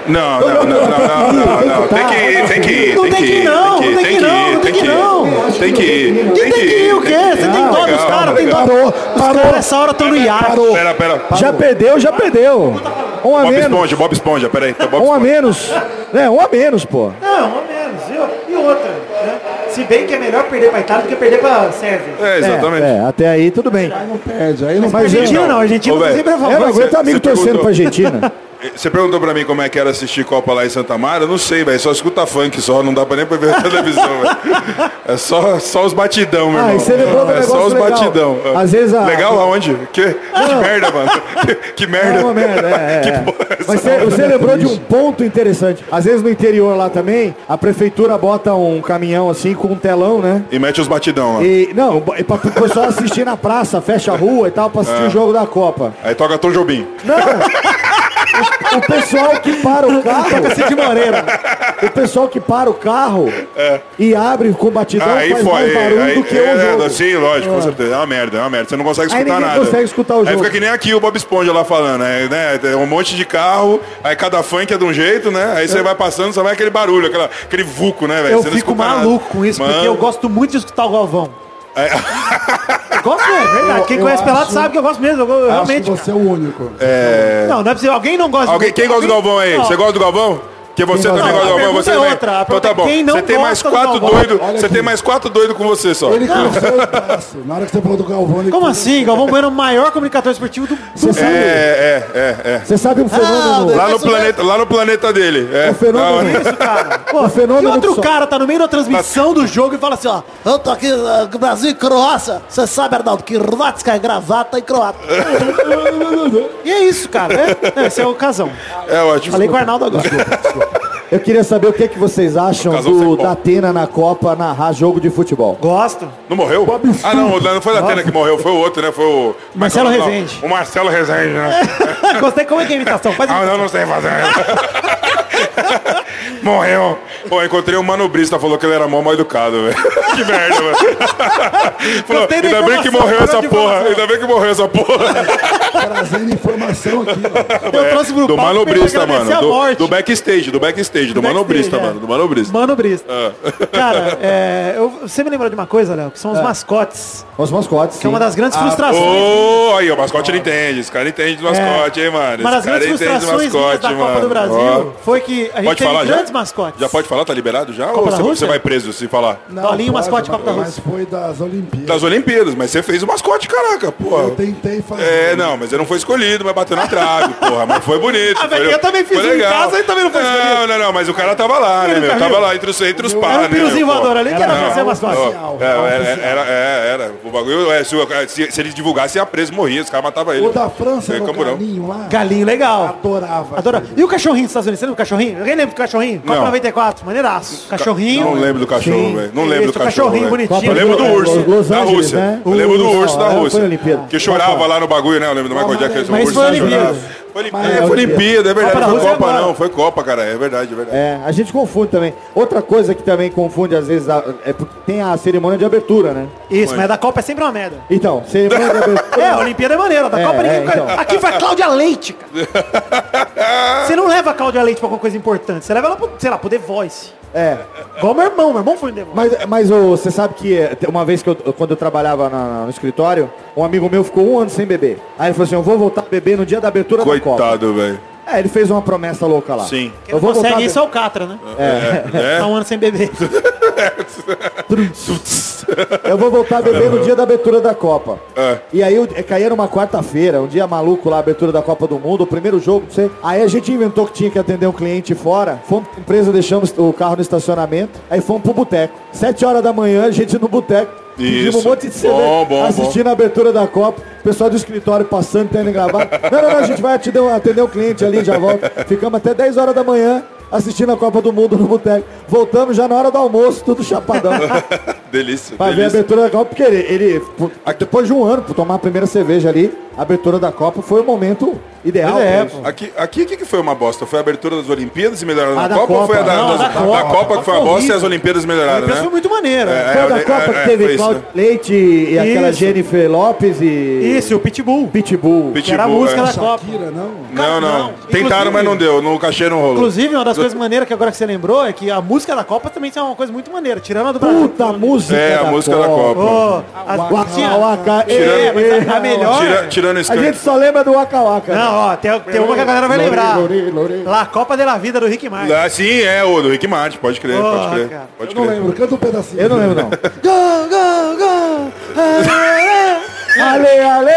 Não, não, não, não, não, não, não.
tá.
Tem que ir, tem que ir.
Não tem que ir, não, não tem que ir, não, não tem que ir, não.
Tem que ir.
Quem tem que ir? O quê? Você tem
Não,
dó dos
legal,
caras, tem dó.
legal.
Parou,
Os caras nessa hora estão no iate.
Pera, pera.
Já perdeu, já perdeu. Um a
Bob
menos.
Esponja, Bob Esponja, pera aí. Tá Bob
Um a
Esponja.
menos. É, um a menos, pô.
Não, ou menos. E, e outra, né? Se bem que é melhor perder pra Itália do que perder pra Sérvia.
É, exatamente.
É, é, até aí tudo bem.
Aí não perde, aí não
Mas
Mas
Argentina
eu-
não, Argentina
Ô,
não
velho,
sempre é favor.
Eu não aguento
você
amigo torcendo
perguntou.
pra Argentina.
Você perguntou pra mim como é que era assistir Copa lá em Santa Mara? Eu não sei, velho. Só escuta funk só, não dá pra nem pra ver a televisão, velho. É só, só os batidão, meu
Ah,
irmão.
e você lembrou do
é só
negócio
os
legal.
batidão.
Às vezes a-
Legal aonde? Que, que merda, mano. Que, que merda.
É uma merda, é, é.
Que porra é essa?
Mas você, você lembrou de um ponto interessante. Às vezes no interior lá também, a prefeitura bota um caminhão assim com um telão, né?
E mete os batidão lá.
E, não, é pra o pessoal assistir na praça, fecha a rua e tal, pra assistir
É.
o jogo da Copa.
Aí toca Tom Jobim.
Não! O, o pessoal que para o carro. Cid Moreira. O pessoal que para o carro e abre com batidão
É. aí
faz
foi.
mais barulho
aí,
do que
é,
o jogo.
Sim, lógico, com certeza. É uma merda, é uma merda. Você não consegue
Aí
escutar
ninguém
nada.
consegue escutar o
Aí
jogo.
fica que nem aqui o Bob Esponja lá falando, é, né? Tem um monte de carro, aí cada funk é de um jeito, né? Aí você vai passando, só vai aquele barulho, aquela, aquele vulco, né, velho?
Eu
Você não
fico
escuta nada.
maluco com isso,
Mano, É.
porque eu gosto muito de escutar o Galvão. Eu gosto mesmo, é verdade. Quem
Eu- eu
conhece Pelado
acho-
sabe que eu gosto mesmo. Eu, eu
Acho que
realmente.
você é o único.
cara. Não, não é possível. Alguém não gosta
Alguém, quem gosta do Galvão aí?
Não.
Você gosta do Galvão? Que você
Quem
também
gosta?
gosta do
Não, a
Galvão,
pergunta
você
é
também.
outra, a
Então tá
pergunta é
bom.
quem não
Você tem mais
gosta do
quatro
Galvão.
doidos.
Olha
Você
aqui.
tem mais quatro doidos com você só.
Ele cruzou o braço. Na hora que você falou do Galvão, ele
Como assim? Galvão Bueno é o maior comunicador esportivo do.
Você
É,
sabe,
é, é, é.
você sabe um fenômeno.
Lá no planeta, lá no planeta dele. É.
O fenômeno-
Da hora.
Cara, pô,
O fenômeno
e outro
que só-
cara tá no meio da transmissão do jogo e fala assim, ó.
Eu tô aqui, eh, Brasil e Croácia. Você sabe, Arnaldo, que Hrvatska é gravata e croata.
E é isso, cara.
né?
É, esse é o casão.
É ótimo.
Falei com o Arnaldo agora.
Eu queria saber o que, é que vocês acham
Casal sem
do
pau.
Datena na Copa narrar jogo de futebol.
Gosto.
Não morreu? Ah, não, não foi a Datena que morreu, foi o outro, né? Foi o.
Marcelo
como é que é o nome?
Rezende.
O Marcelo Rezende, né?
Gostei como é que é a imitação. Faz
ah,
imitação.
eu não sei fazer. Morreu. Pô, encontrei um manobrista, falou que ele era mó mal educado, velho. que merda, velho. falou,
tenho
ainda bem que
informação,
morreu
cara
essa
de
porra.
informação."
Ainda bem que morreu essa porra.
Trazendo informação aqui. ó.
Eu trouxe pro
É, do
palco pra
manobrista,
agradecer
mano.
a
Do,
morte. é
do backstage, do backstage, do, manobrista,
backstage, é.
mano. Do manobrista.
Mano Brista.
Ah.
Cara, é, eu- você me lembrou de uma coisa, Léo, que são os mascotes.
Os mascotes,
Que
sim.
é uma das grandes frustrações. É.
Ô, Ah, aí, o mascote ele entende. Esse cara entende do mascote, hein, mano.
Uma das
Esse cara
grandes
entende do
frustrações
mascote,
da Copa
mano.
do Brasil
Ó.
foi que a gente
Pode
tem
falar já?
grandes mascotes.
Já pode falar? Tá liberado já?
Copa
Ou
da
você,
Rússia?
você vai preso se falar?
Não,
Dolinho,
pode,
mascote, Copa da
mas
Rússia.
foi das Olimpíadas.
Das Olimpíadas, mas você fez o mascote, caraca,
Eu
porra.
tentei fazer.
É, não, mas eu não fui escolhido, mas bateu na trave, porra. Mas foi bonito.
Ah, velho,
foi-
eu também fiz
foi
um em
legal.
casa e também não foi escolhido.
Não, não, não, mas o cara tava lá, né, meu?
Carril.
Tava lá entre os, entre os
Era
pá,
um piruzinho
né, meu?
voador ali que era
Não,
pra ser mascote.
Ó, é, era, era, é, era. O bagulho, é, se, o- se, se ele divulgasse, ia preso, morria, os caras matavam ele.
O da França,
É,
era o
camburão.
galinho lá.
Galinho legal.
Adorava.
Adora. E o cachorrinho dos Estados Unidos? Você lembra do cachorrinho? Alguém lembra do cachorrinho? Copa
Não.
94, maneiraço. Cachorrinho.
Não lembro do cachorro,
Sim.
velho. Não lembro
Esse
do cachorro.
cachorrinho
velho.
bonitinho.
Eu lembro do
É,
urso,
Los
da
Angeles,
Rússia.
né?
Eu lembro do
Urso,
urso
ó,
da
é, foi
Rússia.
Olimpíada.
Que chorava lá no bagulho, né? Eu lembro do Michael Jackson.
Mas
o urso
foi
lá chorava.
Olimpíada.
Foi
Mas
Olimpíada.
é
Foi Olimpíada, é
Copa da
verdade. Foi
Rússia é
Copa,
agora.
não. Foi Copa, cara. É verdade, é verdade.
É, a gente confunde também. Outra coisa que também confunde às vezes a- é porque tem a cerimônia de abertura, né?
Isso, mas da Copa é sempre uma merda.
Então, cerimônia de abertura.
É, a Olimpíada é maneira, da
É,
Copa ninguém.
é, então.
Aqui vai Cláudia Leite, cara. Você não leva a Cláudia Leite pra alguma coisa importante, você leva ela pro, sei lá, pro The Voice.
É.
Igual meu irmão, meu irmão foi no The Voice.
Mas, mas ô, você sabe que eh, te- uma vez que eu, quando eu trabalhava na- no escritório, um amigo meu ficou um ano sem beber. Aí ele falou assim, eu vou voltar a beber no dia da abertura da Copa.
Coitado, velho.
É, ele fez uma promessa louca lá.
Sim.
Eu vou voltar a
consegue
be-
isso é o Catra, né?
É.
Tá um ano sem beber.
Eu vou voltar a beber no dia da abertura da Copa.
É.
E aí eu- é, caía numa quarta-feira, um dia maluco lá, abertura da Copa do Mundo, o primeiro jogo, não sei. Aí a gente inventou que tinha que atender um cliente fora. Fomos pra empresa, deixamos o carro no estacionamento. Aí fomos pro boteco. Sete horas da manhã, a gente no boteco. Pedimos um
Isso.
monte de CD
Bom, bom,
assistindo a abertura da Copa. O pessoal do escritório passando, tendo gravado. Não, não, não, a gente vai atender, atender o cliente ali, já volta. Ficamos até 10 horas da manhã assistindo a Copa do Mundo no boteco. Voltamos já na hora do almoço, tudo chapadão.
Delícia.
Pra ver a
delícia.
abertura da Copa, porque ele, ele, por- depois de um ano, por tomar a primeira cerveja ali, a abertura da Copa foi o momento ideal. pra isso.
Aqui, aqui o que, que foi uma bosta? Foi a abertura das Olimpíadas e melhoraram
Ah,
na
da
Copa, ou foi a da,
Copa. Não,
das-
da
da
Copa.
Copa, que foi a bosta e
Horrível.
as Olimpíadas melhoraram,
Isso foi
né?
muito maneiro.
É,
foi a da
é,
Copa
é,
que teve
foi isso,
Cláudio
né?
Leite e aquela
Isso.
Jennifer Lopes e...
Isso, o Pitbull.
Pitbull.
Que era a
Pitbull,
música
é.
da Copa.
Shakira, não.
Não, não.
Não,
Tentaram, mas não deu. No cachê não rolou.
Inclusive, uma das coisas maneiras que agora que você lembrou é que a música da Copa também é uma coisa muito maneira. Tirando a do Brasil.
Puta música
É, a música da Copa.
Ô, as- tinha-
Waka Waka.
É,
eh,
mas
eh,
a, a melhor...
Tira- tirando o
A
skunk.
gente só lembra do Waka Waka.
Não, ó, tem, tem uma que a galera vai
Lore,
lembrar.
lore, lore.
Lá, Copa de la Vida do Rick Martin.
Ah, sim, é, o do Rick Martin, pode crer,
Porra,
pode crer.
cara.
Pode
Eu não
crer.
lembro, canta um pedacinho.
Eu não lembro, não. go, go, go. ah, ah. Ale, ale, ale.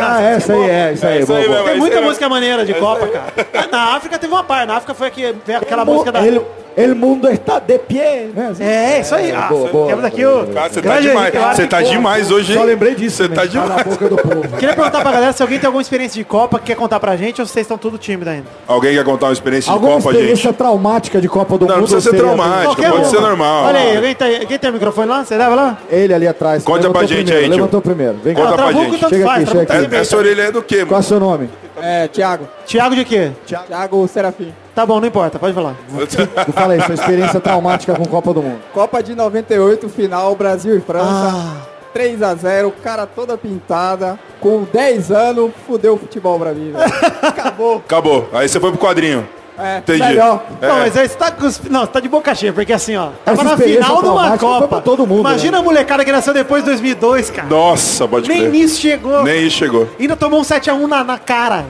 Ah, essa aí, é, isso aí.
isso
Boa,
aí
boa.
mesmo.
Tem
Mas
muita
era-
música maneira de Copa, cara. Ah, Na África teve uma par. Na África foi aqui, veio aquela
Mu-
música da.
El, el mundo está de pie. Né? assim?
É, isso aí. Ah,
boa, boa.
temos aqui o.
Cara, você tá
grande
demais.
Henrique Latte,
Você tá
porra.
demais hoje, hein?
Só lembrei disso.
Você tá
Tá
demais.
na boca do povo.
Queria perguntar pra galera se alguém tem alguma experiência de Copa que quer contar pra gente ou se vocês estão tudo tímido ainda.
Alguém quer contar uma experiência de
Alguma
Copa, gente?
experiência traumática de Copa do
Não, não
Mundo.
precisa ser
seria-
traumática. Acho que
um.
pode ser normal.
Olha aí, alguém, tá, alguém tem o microfone lá? Você leva lá?
Ele ali atrás.
Conta
levantou
pra gente
primeiro,
aí, tio.
Levantou primeiro. Vem
Conta
Ah,
cá.
pra
Trabuco
gente.
tanto
Chega
faz.
aqui,
Trabuco
chega
sempre
É, essa
faz.
orelha é do quê,
Qual é o
mano?
seu nome?
É, Thiago.
Thiago de quê?
Thiago Serafim.
Tá bom, não importa, pode falar.
Fala aí, sua experiência traumática com Copa do Mundo. Ah,
Copa de 98, final Brasil e França. 3 a 0 cara toda pintada. Com 10 anos, fudeu o futebol pra mim, velho. Acabou.
Acabou. Aí você foi pro quadrinho.
É,
Entendi.
melhor.
Não, mas aí você tá, com os- não, você tá de boca cheia, porque assim, ó, tava na
experiência
final de uma
traumática foi
Copa.
pra todo mundo, né?
Imagina a molecada que nasceu depois de 2002, cara.
Nossa, pode
Nem
crer.
nisso chegou.
Nem isso chegou.
Ainda tomou um 7x1 na, na cara.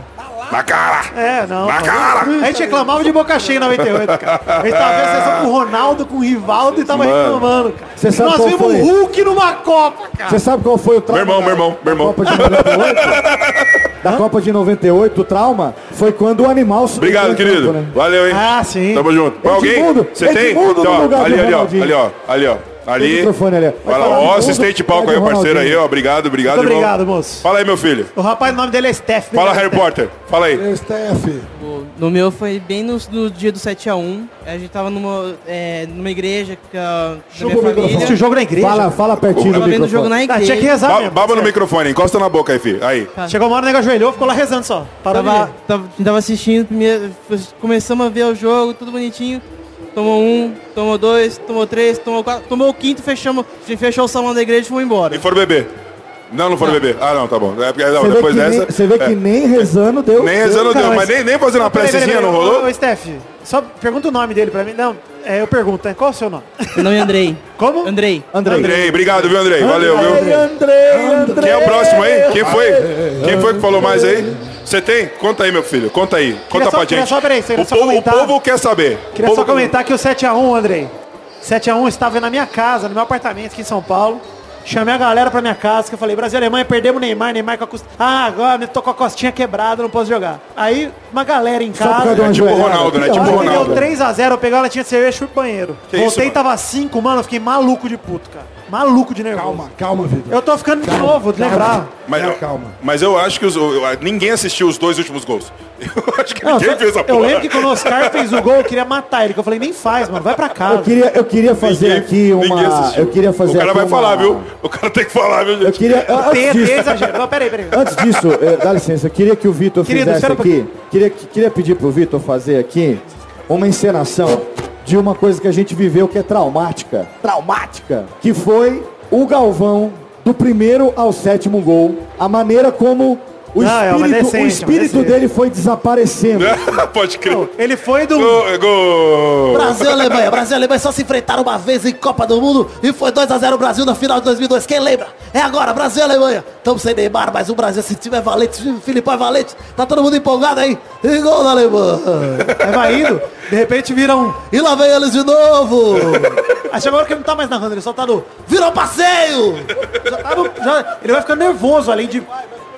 Na cara!
É, não.
Na cara!
A gente reclamava de boca cheia em 98, cara. A gente tava vendo a sessão com o Ronaldo, com o Rivaldo e tava
Mano.
reclamando, cara.
Você sabe
Nós
qual
vimos
foi?
o Hulk numa Copa, cara.
Você sabe qual foi o trauma?
Meu irmão,
da-
meu irmão, meu irmão.
Da Copa de 98? da Copa de 98, o trauma foi quando o animal... subiu
Obrigado,
no
querido.
campo, né?
Valeu, hein?
Ah, sim.
Tamo junto.
É
Mas alguém?
Edmundo,
Você tem?
Edmundo no
Então, ó,
lugar
ali,
do
ali, ó.
Ronaldinho.
Ali, ó. Ali, ó.
Tem o
Ali.
microfone ali, ó. Vai
Fala,
falar do
ó,
mundo,
assistente palco
vai
aí,
do
parceiro aí,
Ronaldinho.
ó. Obrigado, obrigado,
Muito
irmão.
obrigado, moço.
Fala aí, meu filho.
O rapaz, o nome dele é Steph. né?
Fala, Harry Potter. Fala aí.
Meu Steph.
No meu foi bem no, no dia do 7x1. A gente tava numa, é, numa igreja que a, da minha
o microfone.
família.
Assistiu o jogo na igreja.
Fala, fala pertinho do
Tava vendo o
microfone.
jogo na
Ah, tinha que
igreja.
rezar
Ba
mesmo.
baba no microfone, encosta na boca aí, filho. Aí.
Chegou uma hora, o nego ajoelhou, ficou lá rezando só. Parou de...
Tava, tava, tava assistindo, primeiro, começamos a ver o jogo, tudo bonitinho. tomou um, tomou dois, tomou três, tomou quatro, tomou o quinto, fechamos, a gente fechou o salão da igreja e foi embora.
E foram beber. Não, não foram beber. Ah, não, tá bom. É porque, não,
Você vê,
depois
que,
dessa.
nem, você vê
é.
que nem rezando deu.
Nem rezando deu,
Não,
mas nem, nem fazendo uma
Peraí, peraí,
precezinha
peraí.
não rolou?
Ô, ô, Steph, só pergunta o nome dele pra mim. Não, é, eu pergunto, né? qual o seu nome?
Meu nome é Andrei.
Como?
Andrei.
Andrei, obrigado, viu, Andrei? Valeu, viu?
Andrei,
Quem é o próximo aí? Quem foi? Quem foi que falou mais aí? Você tem? Conta aí, meu filho. Conta aí. Conta
só-
pra
queria
gente.
só- peraí, você
o,
queria só
povo, o
comentar?
povo quer saber.
Queria
O
só
povo-
comentar que o 7x1, Andrei. 7x1 estava na minha casa, no meu apartamento aqui em São Paulo. Chamei a galera pra minha casa, que eu falei, Brasil e Alemanha, perdemos o Neymar, Neymar com a costa... Ah, agora eu tô com a costinha quebrada, não posso jogar. Aí, uma galera em
causa
casa...
de uma
É tipo o
joelhada.
Ronaldo, né?
Que
Tipo o
Quando
ódio.
Ronaldo.
deu 3x0, eu peguei uma latinha de cerveja e fui pro banheiro.
Que isso,
Voltei,
mano?
tava 5, mano, eu fiquei maluco de puto, cara. Maluco de nervoso.
Calma, calma, Vitor.
Eu tô ficando de novo, de lembrar.
Mas,
Não,
eu,
calma.
mas eu acho que os- eu- eu- ninguém assistiu os dois últimos gols. Eu acho que
Não,
ninguém
só-
fez essa
eu
porra.
lembro que quando o Oscar fez o gol, eu queria matar ele, que eu falei, nem faz, mano, vai pra casa.
Eu queria, eu queria fazer
Ninguém-
aqui
ninguém
uma.
assistiu.
Eu queria fazer
O cara
aqui
vai
uma-
falar, Ah, viu? O cara tem que falar, viu, gente?
Eu queria.
Tem,
Antes
tem
disso,
exagero. Não, peraí, peraí.
antes disso, eh, dá licença, eu queria que o Vitor
Querido,
fizesse
espera um
aqui. Queria, queria pedir pro Vitor fazer aqui uma encenação de uma coisa que a gente viveu que é traumática. Traumática! Que foi o Galvão do primeiro ao sétimo gol. A maneira como. O
Não, é uma
espírito,
decente,
o
uma
espírito
decente.
dele foi desaparecendo.
Pode crer.
Ele foi do.
Gol, é gol.
Brasil e Alemanha. Brasil e Alemanha só se enfrentaram uma vez em Copa do Mundo e foi 2x0 o Brasil na final de 2002. Quem lembra? É agora, Brasil e Alemanha. Estamos sem Neymar, mas o Brasil, esse time é valente. Esse time, Filipão é valente. Tá todo mundo empolgado aí. E gol da Alemanha.
Aí É, vai indo, de repente vira um.
E lá vem eles de novo.
Aí chega uma hora que ele não tá mais narrando, ele só tá no.
Virou passeio.
já tá no- já- ele vai ficando nervoso, além de.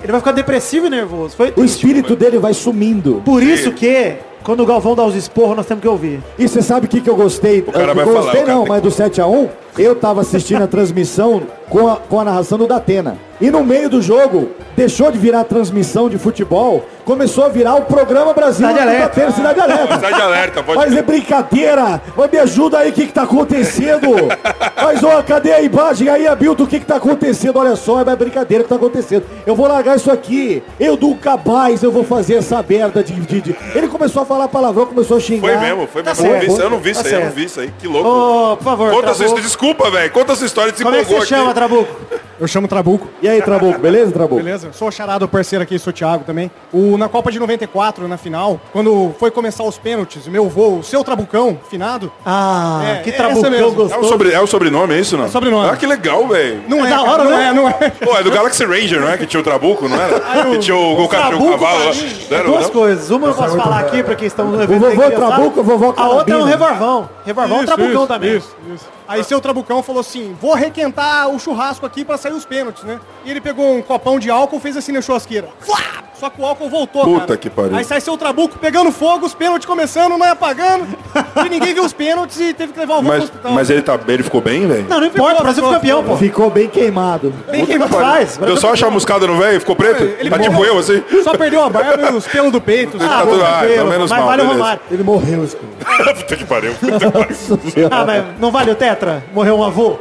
Ele vai ficar depressivo e nervoso. Foi
O espírito dele vai sumindo.
por isso que, quando o Galvão dá os esporros, nós temos que ouvir.
E você sabe o que, que eu gostei? O
cara vai falar,
gostei
o cara
não,
tem
mas do 7x1, eu tava assistindo a transmissão com a, com a narração do Datena. E no meio do jogo, deixou de virar transmissão de futebol, começou a virar o programa Brasil
Cidade
do
Alerta.
Datena, Cidade
Sai
Alerta.
de alerta, Tá, pode
Mas é brincadeira! Mas me ajuda aí, o que que tá acontecendo? Mas, ó, cadê a imagem aí, Abilton? O que que tá acontecendo? Olha só, é brincadeira que tá acontecendo. Eu vou largar isso aqui. Eu nunca mais eu vou fazer essa merda de... de- de- Ele começou a falar palavrão, começou a
Foi
xingar.
mesmo, foi
Tá
mesmo. Eu não vi
certo.
isso- Eu não vi isso
Tá
aí, eu não
certo.
vi isso aí. Que louco.
Ô, por favor.
Conta a sua
Trabuco.
história. Desculpa, velho. Conta a sua história. Ele se
Como é que
empolgou
você
aqui.
chama, Trabuco?
Eu chamo Trabuco.
E aí, Trabuco, beleza, Trabuco?
Beleza? Sou o charado parceiro aqui, sou o Thiago também. O, na Copa de 94, na final, quando foi começar os pênaltis, o meu voo, o seu Trabucão, finado,
Ah,
É,
que
essa
trabucão
mesmo.
É
gostoso.
o, sobre, é o sobrenome, é isso, não? É
sobrenome.
Ah, que legal, velho.
não é,
da
cara,
hora,
não
né?
é, não é.
Pô, é do Galaxy Ranger, não é? Que tinha o Trabuco, não era? Que tinha o, o, ca- tinha o
Trabuco,
cavalo.
pra
lá.
mim,
né? Não
é
era,
duas
não?
coisas. Uma eu
é
posso falar aqui, porque estamos no evento.
vovô
é
tem que
Trabuco,
pensar.
vovó
A outra é um
Carabina.
revolvão. Revolvão é um
Isso,
trabucão
isso,
também.
Isso, isso. Aí seu Trabucão falou assim: vou requentar o churrasco aqui pra sair os pênaltis, né? E ele pegou um copão de álcool, fez assim na churrasqueira. Flá! Só que o álcool voltou,
Puta
cara.
que pariu.
Aí sai seu Trabuco pegando fogo, os pênaltis começando, não é apagando. e ninguém viu os pênaltis e teve que levar o voo pro
Mas,
hospital.
mas ele, tá, ele ficou bem, velho?
Não, não importa, o Brasil foi campeão, pô.
Ficou bem queimado.
Tem quem faz.
Deu só a chamuscada no velho? Ficou preto?
Ele
tá tipo
morreu.
eu, assim?
Só perdeu a barba e os pelos do peito.
Ah,
sabe?
tudo lá, pelo menos
mas
mal,
vale o
beleza.
Romário.
Ele morreu, Scooby.
Puta que pariu.
Tá Ah,
É.
mas não vale o Tetra? Morreu um avô?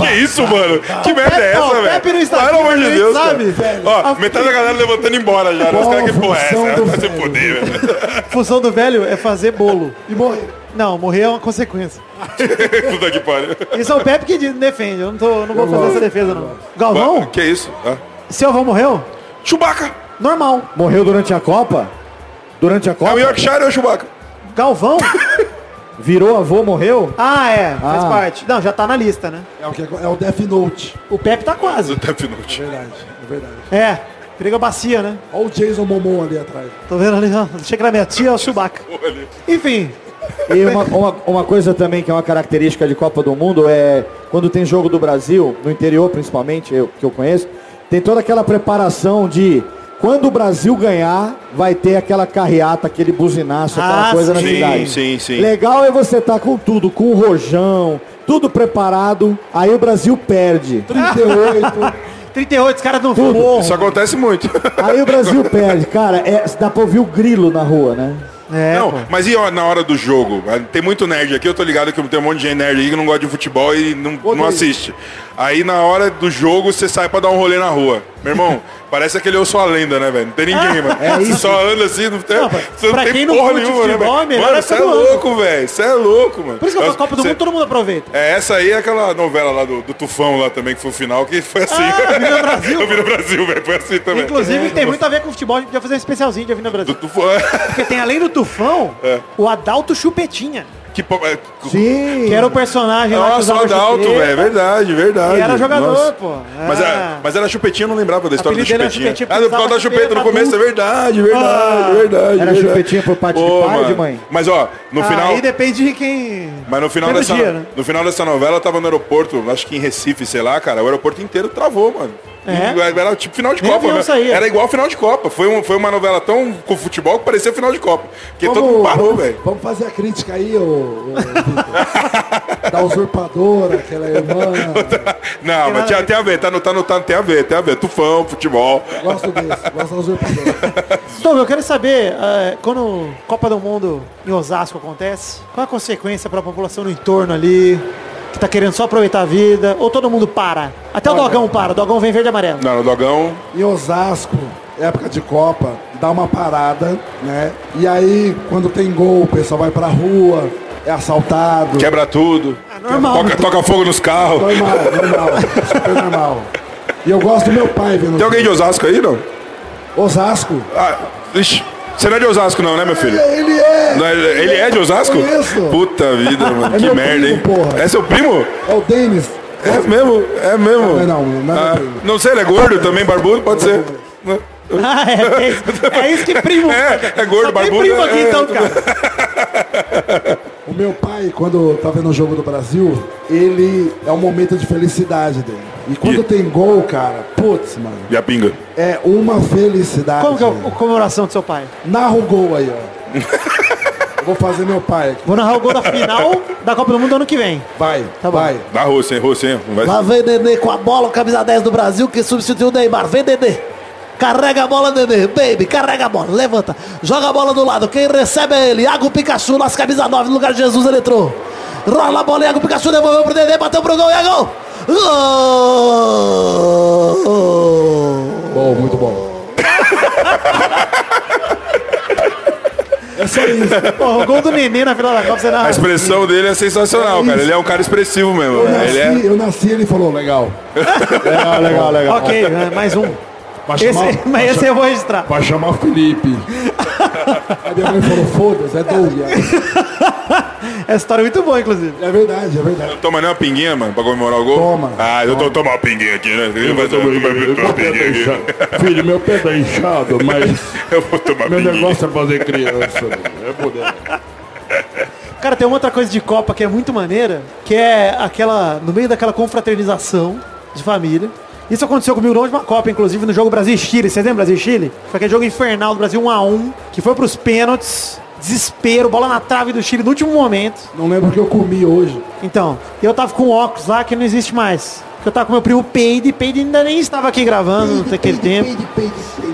que isso, mano? Que merda é
ó,
essa,
o
velho?
Pepe Tá não está
Pelo
aqui,
amor
mas
de
ele
Deus,
sabe,
cara.
velho.
Ó,
A-
metade da galera levantando embora já. né? Os caras que porra é essa?
função do
Vai se
velho?
fuder, velho.
Função do velho é fazer bolo.
E morreu.
Não, morrer é uma consequência.
Puta que pariu.
Isso é o Pepe que de- defende. Eu não, tô- eu não vou fazer essa defesa, não. Galvão?
Que isso? Ah.
Seu avô morreu?
Chewbacca!
Normal.
Morreu durante a Copa? Durante a
É o
Copa?
Yorkshire ou o Chewbacca?
Galvão?
Virou avô, morreu?
Ah, é. Faz
Ah.
parte. Não, já tá na lista, né?
É o, que, é o Death Note.
O Pepe tá quase.
Do Death Note.
Verdade, é verdade.
É. Perigo a bacia, né?
Olha o Jason Momoa ali atrás.
Tô vendo ali, ó. Chega na minha tia, é o Chewbacca.
Olha.
Enfim.
E uma, uma, uma coisa também que é uma característica de Copa do Mundo é quando tem jogo do Brasil, no interior principalmente, eu, que eu conheço, tem toda aquela preparação de quando o Brasil ganhar, vai ter aquela carreata, aquele buzinaço, aquela
Ah,
coisa na
sim,
cidade.
sim, sim.
Legal é você estar com tudo, com o rojão, tudo preparado, aí o Brasil perde.
38.
38, os caras não morram.
Isso acontece muito.
Aí o Brasil perde. Cara, é, dá pra ouvir o grilo na rua, né?
É,
não,
pô.
mas e ó, na hora do jogo? Ah, Tem muito nerd aqui, eu tô ligado que tem um monte de gente nerd aí que não gosta de futebol e não, não assiste. Aí na hora do jogo você sai pra dar um rolê na rua. Meu irmão, parece aquele Eu Sou a Lenda, né, velho? Não tem ninguém, mano.
É isso.
Você só anda assim, não tem, você
pra
não
quem
tem
não
porra
curte
nenhuma, né,
futebol, é
velho?
melhor
Mano,
essa
você é
do ano.
louco, velho. Você é louco, mano.
Por isso que a Copa do
Cê-
Mundo todo mundo aproveita.
É, essa aí é aquela novela lá do, do Tufão lá também, que foi o final, que foi assim.
Ah, Vila Brasil.
Eu vi no Brasil, velho. Foi assim também.
Inclusive, tem muito a ver com futebol, a gente podia fazer um especialzinho de Avenida Brasil. Porque tem, além do Tufão,
É.
o Adalto Chupetinha,
Que, po- é,
que era o personagem lá que
Nossa, o
usava
Adalto,
chupeta.
velho. "É Verdade, verdade.
E era jogador,
Nossa.
pô.
Mas,
É.
era, mas era chupetinha, eu não lembrava da história do
Apelido dele
chupetinha.
era Chupetinha,
ah,
porque
do por causa da
usava
chupeta no
chupeta
começo, é
adulto.
verdade, verdade,
Ah.
verdade.
Era
verdade.
chupetinha por parte de
é, Ô,
pai ou de
mano,
mãe?
Mas ó, no
Ah,
final.
Aí depende de quem.
Mas no final,
Pelo
dessa,
dia, né?
no final dessa novela, eu tava no aeroporto, acho que em Recife, sei lá, cara. O aeroporto inteiro travou, mano.
É?
E Era tipo final de
Nem
Copa,
avião
né?
saía.
Era igual final de Copa. Foi, um, foi uma novela tão com futebol que parecia final de Copa. Porque todo
Vamos-
mundo parou,
vamos-
velho.
Vamos fazer a crítica aí, ô, ô, Vitor. da usurpadora, aquela irmã. né?
Não, mas tinha, tem a ver, tá no, tá no, tá, tem a ver, tem a ver. Tufão, futebol.
Gosto desse, gosto da usurpadora.
Então, eu quero saber, eh, quando Copa do Mundo em Osasco acontece, qual a consequência para a população no entorno ali, que tá querendo só aproveitar a vida, ou todo mundo para? Até o Dogão para, o Dogão vem verde e amarelo.
Não, no Dogão.
Em Osasco, época de Copa, dá uma parada, né? E aí, quando tem gol, o pessoal vai pra rua, é assaltado.
Quebra tudo.
normal.
Toca, toca fogo nos carros.
Normal, normal, super normal. E eu gosto do meu pai vendo.
Tem alguém de Osasco aí, não?
Osasco?
Ah, ixi, você não é de Osasco, não, né, meu filho?
Ele é!
Não, ele, ele é de Osasco?
Conheço.
Puta vida, mano.
É
que
meu
merda, hein?
primo, porra.
É seu primo?
É o Denis.
É mesmo? É mesmo?
Não, não, não é
Ah,
meu primo.
não sei, ele é gordo também, barbudo? Pode ser.
Ah, é, é, isso- é isso que primo.
É, é gordo,
Só tem
barbudo.
primo
é-
aqui
é-
então, cara.
O meu pai, quando tá vendo o jogo do Brasil, ele é um momento de felicidade dele. E quando
E-
tem gol, cara, putz, mano,
E a pinga?
é uma felicidade.
Como que é a comemoração do seu pai?
Narra o gol aí, ó. Eu Vou fazer meu pai aqui.
Vou narrar o gol da final da Copa do Mundo ano que vem.
Vai,
Tá bom.
vai.
Dá rosto, hein? Rosto, hein? Vai-
Lá vem Nenê com a bola, o camisa 10 do Brasil que substituiu o Neymar. Vem Nenê. Carrega a bola, Nenê. Baby, carrega a bola. Levanta. Joga a bola do lado. Quem recebe é ele. Iago Pikachu, nosso camisa 9. No lugar de Jesus, ele entrou. Rola a bola. Iago Pikachu devolveu pro Nenê. Bateu pro gol. Iago. Gol!
Bom, muito bom. é só isso.
Porra, o gol do Nenê na final da Copa, você narra.
A expressão dele é sensacional, cara. Ele é um cara expressivo mesmo.
Eu
Ele é...
nasci, eu nasci ele falou, legal. Legal, legal, legal.
Ok, né, mais um.
Pra chamar,
Esse, mas esse eu vou registrar.
pra chamar Felipe. Aí minha mãe falou, foda-se, é Doug.
Essa história é muito boa, inclusive.
É verdade, é verdade.
Toma nem uma pinguinha, mano, pra comemorar o gol?
Toma.
Ah, eu tô tomando uma pinguinha aqui, né? Eu vou tomar uma pinguinha aqui.
Filho, meu pé tá inchado, mas
Eu vou tomar
meu
pinguinha.
negócio é fazer criança. É poder.
Cara, tem uma outra coisa de Copa que é muito maneira, que é aquela. No meio daquela confraternização de família. Isso aconteceu comigo na última Copa, inclusive, no jogo Brasil e Chile. Vocês lembram Brasil e Chile? Foi aquele jogo infernal do Brasil 1x1, que foi pros pênaltis, desespero, bola na trave do Chile no último momento.
Não lembro o que eu comi hoje.
Então, eu tava com óculos lá que não existe mais. Eu tava com meu primo Peide, Peide ainda nem estava aqui gravando naquele tempo.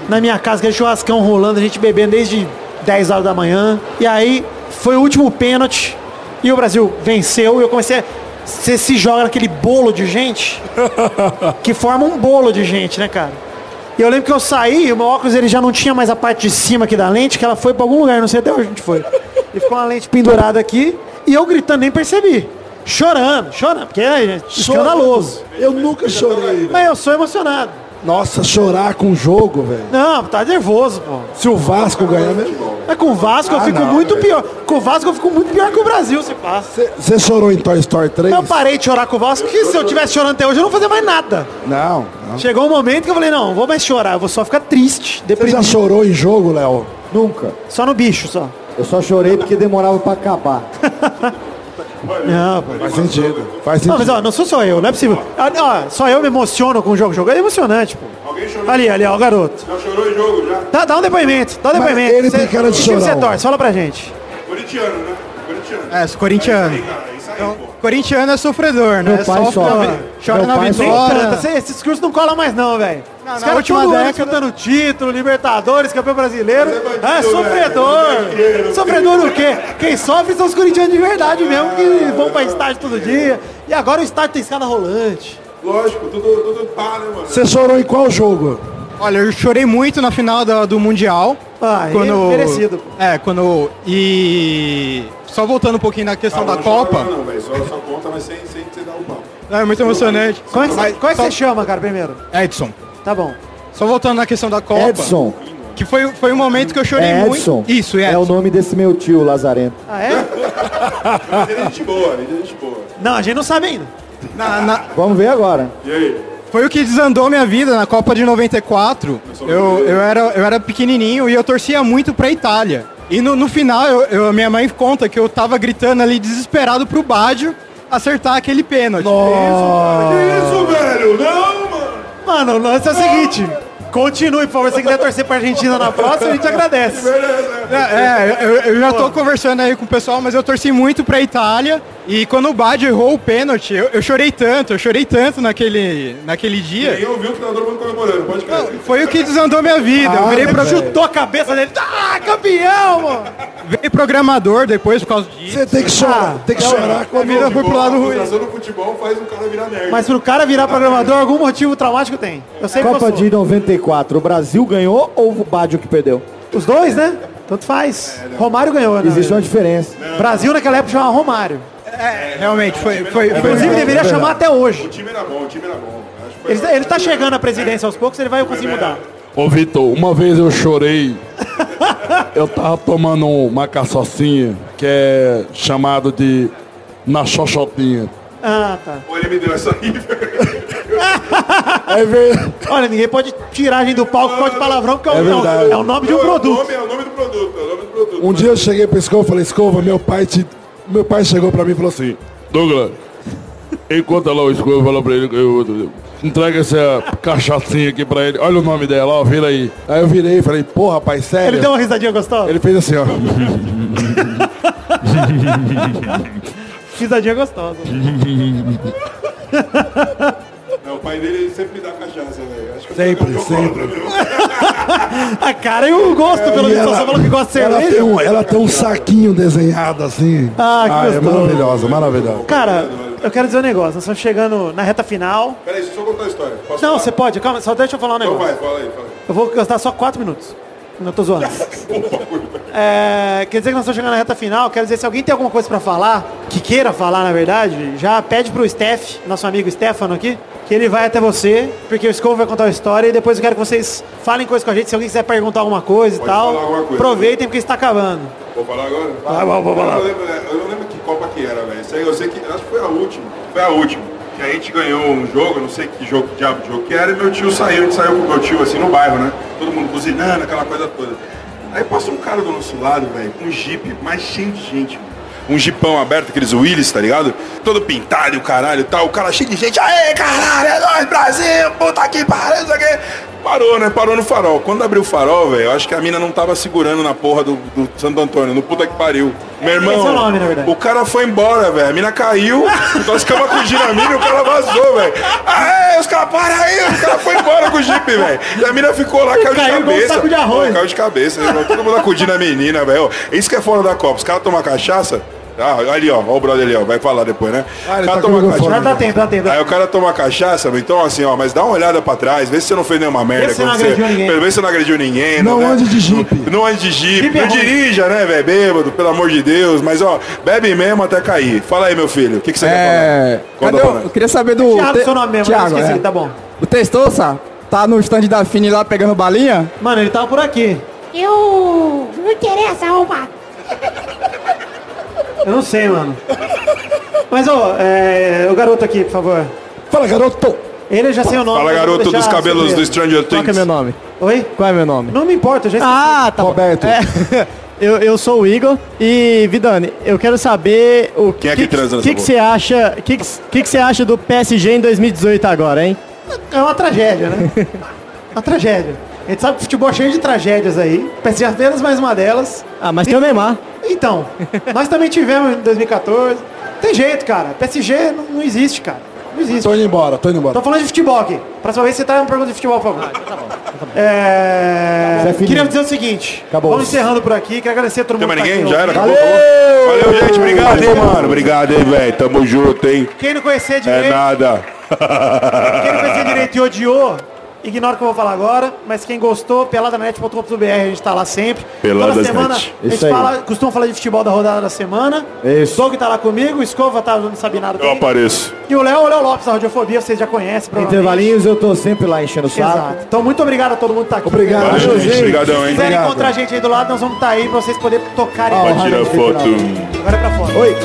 Na minha casa, aquele churrascão rolando, a gente bebendo desde 10 horas da manhã. E aí, foi o último pênalti e o Brasil venceu. E eu comecei a... Você se joga naquele bolo de gente, que forma um bolo de gente, né, cara? E eu lembro que eu saí, e o meu óculos ele já não tinha mais a parte de cima aqui da lente, que ela foi pra algum lugar, não sei até onde foi. E ficou uma lente pendurada aqui, e eu gritando, nem percebi. Chorando, chorando, porque é escandaloso.
Eu nunca chorei. né? velho.
Mas eu sou emocionado.
Nossa, chorar com o jogo, velho.
Não, tá nervoso, pô.
Se o Vasco ganhar, velho.
Mas com o Vasco eu
Ah,
fico
não,
muito
velho.
pior. Com o Vasco eu fico muito pior que o Brasil, se passa.
Você chorou em Toy Story 3?
Então Eu parei de chorar com o Vasco, porque se eu tivesse chorando até hoje, eu não fazia mais nada.
Não, não.
Chegou um momento que eu falei, não, não vou mais chorar, eu vou só ficar triste,
Você já
deprimido.
chorou em jogo, Léo?
Nunca.
Só no bicho, só.
Eu só chorei porque demorava pra acabar.
Não, pô.
Faz sentido. Faz
Não,
sentido.
mas ó, não sou só eu, não é possível. Ah, não, ó, só eu me emociono com o jogo. O jogo é emocionante, pô. Ali, ali, ó, o garoto.
Já chorou em jogo, já.
Dá, dá um depoimento, dá um
Mas
depoimento.
ele tem cara de
que time
chorão.
você torce? Fala pra gente.
Corintiano, né? Corintiano.
É, sou corintiano. Corintiano é sofredor, né?
Meu pai
Sofre
sofre.
na vi- Chora
Meu
na
pai
Nem tanta,
vitória.
cê- esse discurso não cola mais não, velho.
Não, é
Os
na
caras
última
todo ano
década-
disputando título, Libertadores, campeão brasileiro. Ah, é sofredor. Sofredor o quê? Quem sofre são os corintianos de verdade mesmo, que vão pra estádio todo dia. E agora o estádio tem escada rolante.
Lógico, tudo, tudo pá, né, mano?
Você chorou em qual jogo?
Olha, eu chorei muito na final do, do Mundial.
Ah,
aí
quando,
merecido.
É, quando. E. Só voltando um pouquinho na questão
Ah,
da
não
Copa.
chora Não, velho, só, só conta, mas sem, sem você dar o pau.
É muito emocionante.
Como é que,
Mas
como é que
só-
você chama, cara, primeiro?
Edson.
Tá bom.
Só voltando na questão da Copa.
Edson.
Que foi, foi um momento que eu chorei
É Edson.
muito. Isso, é.
É o nome desse meu tio, Lazarento.
Mas ele é gente boa, ele é gente boa.
Não, a gente não sabe ainda.
Vamos ver agora.
E aí?
Foi o que desandou minha vida na Copa de 94. Eu, eu, era, eu era pequenininho e eu torcia muito pra Itália. E no, no final, eu, eu- minha mãe conta que eu tava gritando ali desesperado pro Baggio acertar aquele pênalti.
Isso, velho, não, mano.
Mano, o lance é o seguinte. Continue, por favor. Se você quiser torcer pra Argentina na próxima, a gente agradece.
É, eu, eu já tô conversando aí com o pessoal, mas eu torci muito pra Itália. E quando o Baggio errou o pênalti, eu, eu chorei tanto, eu chorei tanto naquele, naquele dia.
Ninguém ouviu o treinador mano comemorando, pode crer.
Foi o que desandou minha vida.
Ah,
eu virei pro...
Chutou a cabeça dele. Ah, campeão, mano.
virei programador depois por causa disso. Você
tem que chorar, tem que chorar
tá
A vida foi pro lado ruim.
Atração no futebol faz um cara virar nerd.
Mas pro cara virar programador, algum motivo traumático tem. Eu sei que
Copa
passou.
de 94, o Brasil ganhou ou o Badio que perdeu?
Os dois, né? Tanto faz. Romário ganhou, né?
Existe uma diferença.
Brasil naquela época chamava Romário.
Realmente, foi. foi,
É
foi
Inclusive, deveria chamar até hoje.
O time era bom, o time era bom. Acho que foi-
Ele, ele tá chegando à presidência aos poucos, ele vai conseguir mudar.
Ô Vitor, uma vez eu chorei. Eu tava tomando uma caçocinha que é chamado de na xoxotinha.
Ah, tá.
Pô, ele me deu essa aí, velho.
Olha, ninguém pode tiragem do palco, pode palavrão, porque
É
é, o,
verdade.
é o nome de um produto.
É o nome do produto, é o nome do produto.
Um dia eu cheguei pra escova e falei, escova, meu pai te. Meu pai chegou pra mim e falou assim.
Douglas, encontra lá o escuro, fala pra ele que eu entrega essa cachaçinha aqui pra ele. Olha o nome dela, ó, vira aí.
Aí eu virei e falei, porra, pai, sério?
Ele deu uma risadinha gostosa?
Ele fez assim, ó.
Risadinha gostosa.
Não, o pai dele sempre me dá cachaça, velho. Acho que eu
Sempre,
sou
sempre.
A cara e o gosto, pelo
É, E
menos. Você falou que gosta de
ela
cerveja.
tem, um, ela tem um saquinho desenhado assim.
Ah, que
é
gostoso.
maravilhosa, maravilhosa.
Cara, eu quero dizer um negócio. Nós estamos chegando na reta final.
Peraí, deixa eu só contar a história. Posso
Não,
falar?
você pode. Calma, só deixa eu falar um
Então vai,
negócio.
fala aí, fala aí.
Eu vou gastar só 4 minutos. Não tô zoando. É, quer dizer que nós estamos chegando na reta final. Quero dizer, se alguém tem alguma coisa pra falar, que queira falar, na verdade, já pede pro Steph, nosso amigo Stefano aqui, que ele vai até você, porque o Scoville vai contar a história e depois eu quero que vocês falem coisa com a gente. Se alguém quiser perguntar alguma coisa e
Pode
tal,
falar alguma coisa.
aproveitem porque está acabando.
Vou falar agora?
Vai, vai, vai, vai lá.
Eu não lembro, né? eu não lembro que Copa que era, velho. Isso aí Eu sei que. Acho que foi a última. Foi a última. Que a gente ganhou um jogo, eu não sei que jogo, que diabo de jogo que era, e meu tio saiu, a gente saiu com meu tio assim no bairro, né? Todo mundo buzinando, aquela coisa toda. Aí passa um cara do nosso lado, velho, com um jipe, mais cheio de gente, mano. Um jipão aberto, aqueles Willys, tá ligado? Todo pintado e o caralho e tal. O cara cheio de gente. Aê, caralho, é nóis, Brasil, puta que pariu, isso aqui. Parou, né? Parou no farol. Quando abriu o farol, velho, eu acho que a mina não tava segurando na porra do, do Santo Antônio, no puta que pariu. Meu irmão,
Esse é o nome, na verdade.
o cara foi embora, velho. A mina caiu, nós ficamos com dinamina e o cara vazou, velho. Aê, os caras, para aí! O cara foi embora com o jipe, velho. E a mina ficou lá, caiu,
Caiu
de
igual um
cabeça.
saco de arroz.
Pô, caiu de cabeça, né, irmão? todo mundo acudindo a menina, velho. Isso que é fora da Copa. Os caras tomam cachaça. Ah, ali, ó, ó o brother ali, ó, vai falar depois, né?
Ah,
O cara
ele tá com
toma
o
cachaça.
microfone. Dá tempo, dá tempo, dá
Aí o cara toma cachaça, meu, então assim, ó, mas dá uma olhada pra trás, vê se você não fez nenhuma merda.
Vê se você não
quando
agrediu ninguém.
Vê se você não agrediu ninguém.
Não
né?
ande de jipe.
Não ande de jipe.
Jipe é
Não
ruim.
dirija, né, velho? Bêbado, pelo amor de Deus. Mas, ó, bebe mesmo até cair. Fala aí, meu filho. O que, que você
É,
quer falar? Conta
cadê
pra
o-
nós.
eu queria saber do.
Thiago,
Te-
seu nome mesmo,
Thiago,
eu esqueci,
é.
tá bom.
O Testosta tá no stand da Fini lá pegando balinha?
Mano, ele tava por aqui.
Eu. Não interessa, arrombado.
Eu não sei, mano. Mas, ô, é, o garoto aqui, por favor.
Fala, garoto!
Ele eu já sei o nome.
Fala,
mas eu vou
garoto
deixar
dos cabelos do
surpresa.
Stranger Things.
Qual que é meu nome?
Oi?
Qual é meu nome?
Não me importa, eu já esqueci.
Ah, tá. Roberto.
É,
eu, eu sou o Igor e Vidani, eu quero saber o
Quem é que transa nessa
que, que
boca?
você acha, que que, que que você acha do PSG em 2018 agora, hein?
É uma tragédia, né? uma tragédia. A gente sabe que o futebol é cheio de tragédias aí. Pensei apenas mais uma delas.
Ah, mas tem o Neymar.
Então, nós também tivemos em 2014. Tem jeito, cara. PSG não, não existe, cara. Não existe.
Tô indo embora, tô indo embora.
Tô falando de futebol aqui. Próxima vez você tá uma pergunta de futebol,
Ah,
por favor.
então tá
É...
Zé Fininho.
Queria dizer o seguinte.
Acabou.
Vamos encerrando por aqui. Quero agradecer a todo
Tem
mundo.
mais
que tá
ninguém?
aqui
Já era? Acabou,
ouvindo.
acabou. Valeu, gente. Obrigado, hein, mano. Obrigado, hein, velho. Tamo junto, hein.
Quem não conhecer de
É nada.
Quem não fez direito e odiou, ignora o que eu vou falar agora, mas quem gostou, peladanet.com.br, a gente tá lá sempre. Toda
Peladas
semana
Net.
a gente
Isso aí.
fala, costuma falar de futebol da rodada da semana.
Isso.
Doug tá lá comigo, Escova tá, não sabe nada.
Eu apareço.
E o Léo, o Léo Lopes, da Radiofobia, vocês já conhecem, provavelmente.
Intervalinhos, eu tô sempre lá enchendo o saco.
Exato. Então, muito obrigado a todo mundo que tá aqui.
Ah,
Obrigado, Valeu, gente. gente. Obrigadão,
Se
hein?
quiserem
Obrigado.
encontrar a gente aí do lado, nós vamos estar aí pra vocês poderem tocar
Ó,
aí.
Pode tirar foto.
Agora é pra fora.
Oi.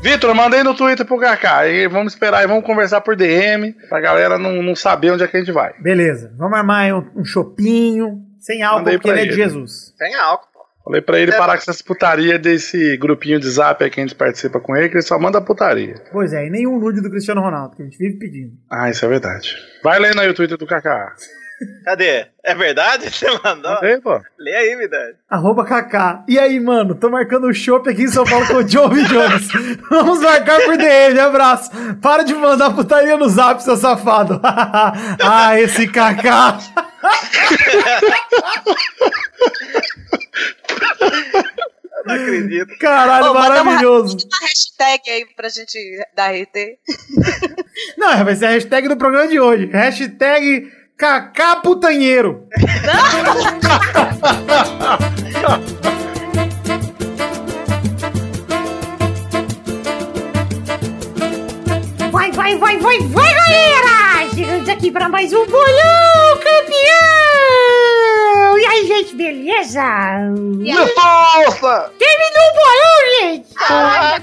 Vitor, mandei no Twitter pro Kaká. E vamos esperar e vamos conversar por DM pra galera não, não saber onde é que a gente vai.
Beleza, vamos armar aí um, um chopinho, sem álcool,
Mandei
porque
pra
ele é de
ele.
Jesus.
Sem álcool.
Falei pra ele parar com essas putaria desse grupinho de zap aí que a gente participa com ele, que ele só manda putaria.
Pois é, e nenhum nude do Cristiano Ronaldo, que a gente vive pedindo.
Ah, isso é verdade. Vai lendo aí o Twitter do Kaká.
Cadê? É verdade? Você mandou?
Mandei, pô.
Lê aí, Vidani.
Arroba KK. E aí, mano? Tô marcando o chopp aqui em São Paulo com o Jovi Jones. Vamos marcar por DM, abraço. Para de mandar putaria no zap, seu safado. ah, esse KK.
Eu não acredito.
Caralho,
Ô, manda uma-
maravilhoso.
Uma hashtag aí pra gente dar RT.
Não, vai ser a hashtag do programa de hoje. Hashtag KK Putanheiro.
Vai, vai, vai, vai, vai, galera! Chegamos aqui para mais um bolão campeão! E aí, gente, beleza?
Nossa!
Terminou o um bolão, gente!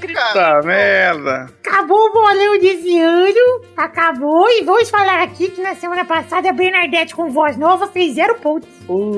Puta merda.
Acabou o bolão desse ano, acabou, e vamos falar aqui que na semana passada a Bernadette com voz nova fez zero pontos.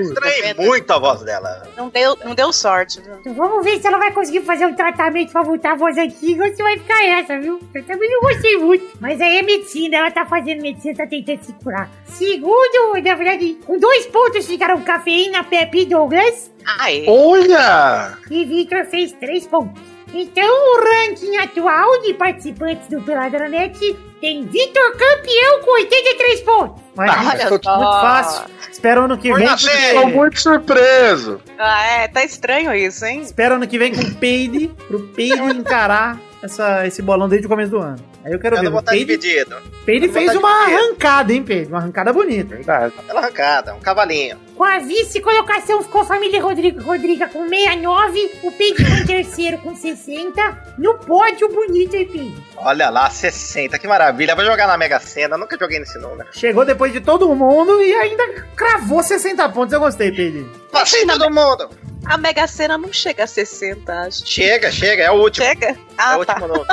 Estranhei muito a voz dela.
Não deu, não deu sorte, viu?
Então Vamos ver se ela vai conseguir fazer um tratamento pra voltar a voz antiga ou se vai ficar essa, viu? Eu também não gostei muito. Mas aí é medicina, ela tá fazendo medicina, tá tentando se curar. Segundo, na verdade, com dois pontos ficaram cafeína, Pepe e Douglas.
Aê.
Olha!
E Victor fez três pontos. Então, o ranking atual de participantes do Peladranet tem Victor campeão com 83 pontos.
Mas,
Ah,
muito fácil. Espera ano que
Olha
vem.
bem.
porque-
Tô muito surpreso.
Ah, é, tá estranho isso, hein?
Espera ano que vem com o Peide, pro Peide encarar essa, esse bolão desde o começo do ano. Aí eu quero
Eu
ver.
não vou
O
estar
Peide,
dividido.
Peide
Eu vou
fez
tá
uma
dividido.
arrancada, hein, Peide? Uma arrancada bonita.
Verdade.
Aquela arrancada, um cavalinho.
Com a vice-colocação ficou a família Rodrigo Rodriga com 69, o Pedro foi em terceiro com 60. No pódio, bonito, hein, Pedro?
Olha lá, 60, que maravilha. Vou jogar na Mega Sena, nunca joguei nesse número.
Chegou depois de todo mundo e ainda cravou 60 pontos. Eu gostei, Peide.
Passei todo mundo!
A Mega Sena não chega a 60, acho.
Chega, chega, é o último.
Chega? Ah,
é o último número.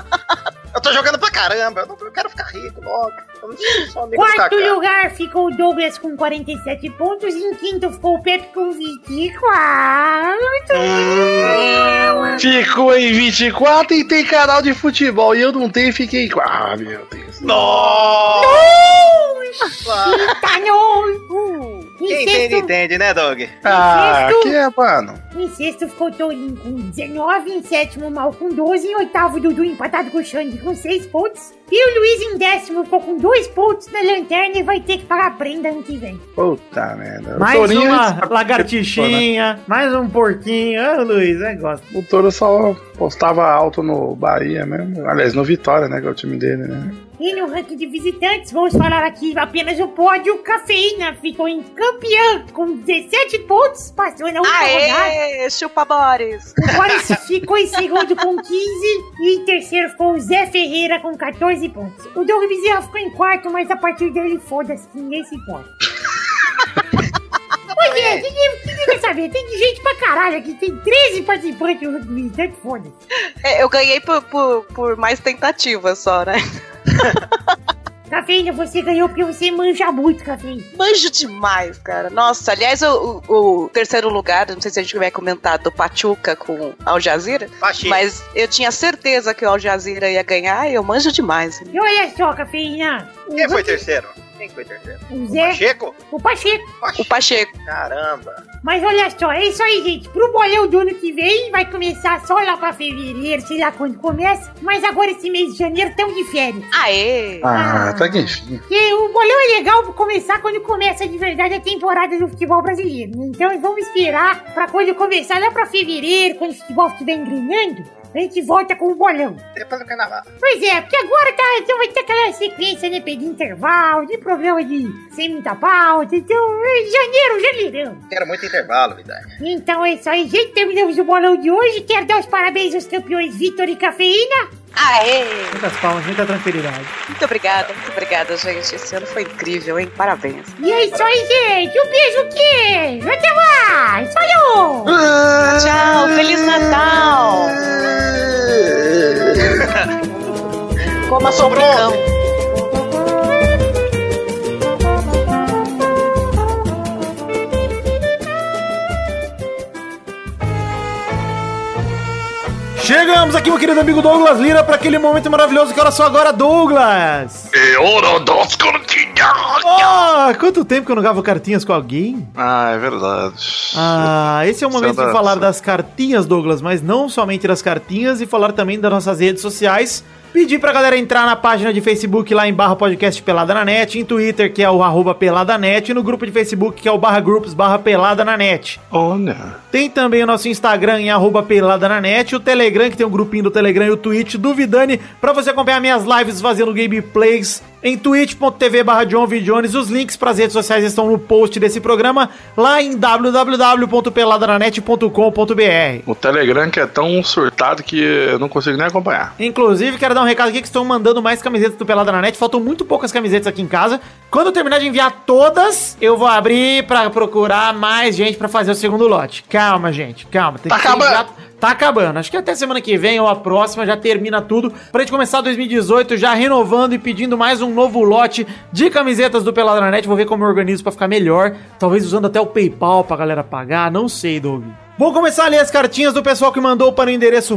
Eu tô jogando pra caramba, eu, não, eu quero ficar rico logo. Eu não sou só amigo do
Quarto
Kaká.
lugar ficou o Douglas com 47 pontos. Em quinto ficou o Pepe com 24.
Ficou em 24 e tem canal de futebol. E eu não tenho e fiquei. Ah, meu Deus.
Tá novo!
Quem entende, entende, né, Doug?
Ah,
Insisto.
que é, mano.
Em sexto ficou o Torinho com 19, em sétimo o Mal com 12, em oitavo o Dudu empatado com o Xande com 6 pontos. E o Luiz em décimo ficou com 2 pontos na lanterna e vai ter que pagar a prenda ano que vem.
Puta merda. O
Mais
Tourinho, a gente
uma
sabe que
lagartixinha, mais um porquinho. Ah, Luiz, é gosto.
O Toro só postava alto no Bahia mesmo. Aliás, no Vitória, né? Que é o time dele, né?
E no ranking de visitantes, vamos falar aqui apenas o pódio. Cafeína ficou em campeão com 17 pontos, passou
É
na última rodada.
Aê, chupa Boris.
O Boris ficou em segundo com 15 e em terceiro ficou o Zé Ferreira com 14 pontos. O Doug Bezerra ficou em quarto, mas a partir dele foda-se, ninguém se importa. Pois é, ninguém, ninguém quer saber, tem gente pra caralho aqui, tem 13 participantes no militante, foda-se.
É, eu ganhei por, por, por mais tentativas só, né?
Cafeína, você ganhou porque você manja muito, Cafeína.
Manjo demais, cara. Nossa, aliás, o, o- o terceiro lugar, não sei se a gente vai comentar, do Pachuca com Al Jazeera,
Pacheco.
mas eu tinha certeza que o Al Jazeera ia ganhar e eu manjo demais.
E olha só, Cafeína,
Quem foi terceiro? Quem que foi terceiro?
O Zé.
Pacheco?
O Pacheco.
O Pacheco.
Caramba.
Mas olha só, é isso aí, gente. Pro bolão do ano que vem, vai começar só lá pra fevereiro, sei lá quando começa. Mas agora esse mês de janeiro tão de férias.
Aê!
Ah, tá que enfim.
Porque o bolão é legal pra começar quando começa de verdade a temporada do futebol brasileiro. né? Então vamos esperar pra quando começar lá pra fevereiro, quando o futebol estiver engrenando, a gente volta com o bolão.
Depois do carnaval.
Pois é, porque agora tá, então vai ter aquela sequência, né? Pedir intervalo, de problema de sem muita pauta. Então, é janeiro, janeirão.
Quero muito intervalo, Vidani.
Então é isso aí, gente. Terminamos o bolão de hoje. Quero dar os parabéns aos campeões Vitor e Cafeína.
Aê!
Muitas palmas, muita tranquilidade.
Muito obrigada, muito obrigada, gente. Esse ano foi incrível, hein? Parabéns.
E é isso aí, gente. Um beijo, um queijo. Até mais. Falou!
Tchau, Feliz Natal! Coma um sobricão.
Chegamos aqui, meu querido amigo Douglas Lira, para aquele momento maravilhoso que olha só agora, Douglas! Oh, quanto tempo que eu não gravo cartinhas com alguém?
Ah, é verdade.
Ah, esse é o momento de
Saudades.
falar das cartinhas, Douglas, mas não somente das cartinhas e falar também das nossas redes sociais. Pedir pra galera entrar na página de Facebook lá em barra podcast Pelada na Net, em Twitter, que é o arroba Pelada Net, e no grupo de Facebook, que é o barra grupos barra Pelada na Net.
Olha.
Tem também o nosso Instagram em arroba Pelada na Net, o Telegram, que tem um grupinho do Telegram e o Twitch do Vidani, pra você acompanhar minhas lives fazendo gameplays em twitch.tv barra John V. Jones. Os links pras redes sociais estão no post desse programa, lá em www.peladananet.com.br.
O Telegram que é tão surtado que eu não consigo nem acompanhar.
Inclusive, quero dar um recado aqui que estão mandando mais camisetas do Pelada na Net. Faltam muito poucas camisetas aqui em casa. Quando eu terminar de enviar todas, eu vou abrir pra procurar mais gente pra fazer o segundo lote. Calma, gente, calma. Tem
Tá acabando.
enviar- Tá acabando. Acho que até semana que vem ou a próxima já termina tudo. Pra gente começar 2018 já renovando e pedindo mais um novo lote de camisetas do Pelada na Net. Vou ver como eu organizo pra ficar melhor. Talvez usando até o PayPal pra galera pagar. Não sei, Doug. Vou começar a ler as cartinhas do pessoal que mandou para o endereço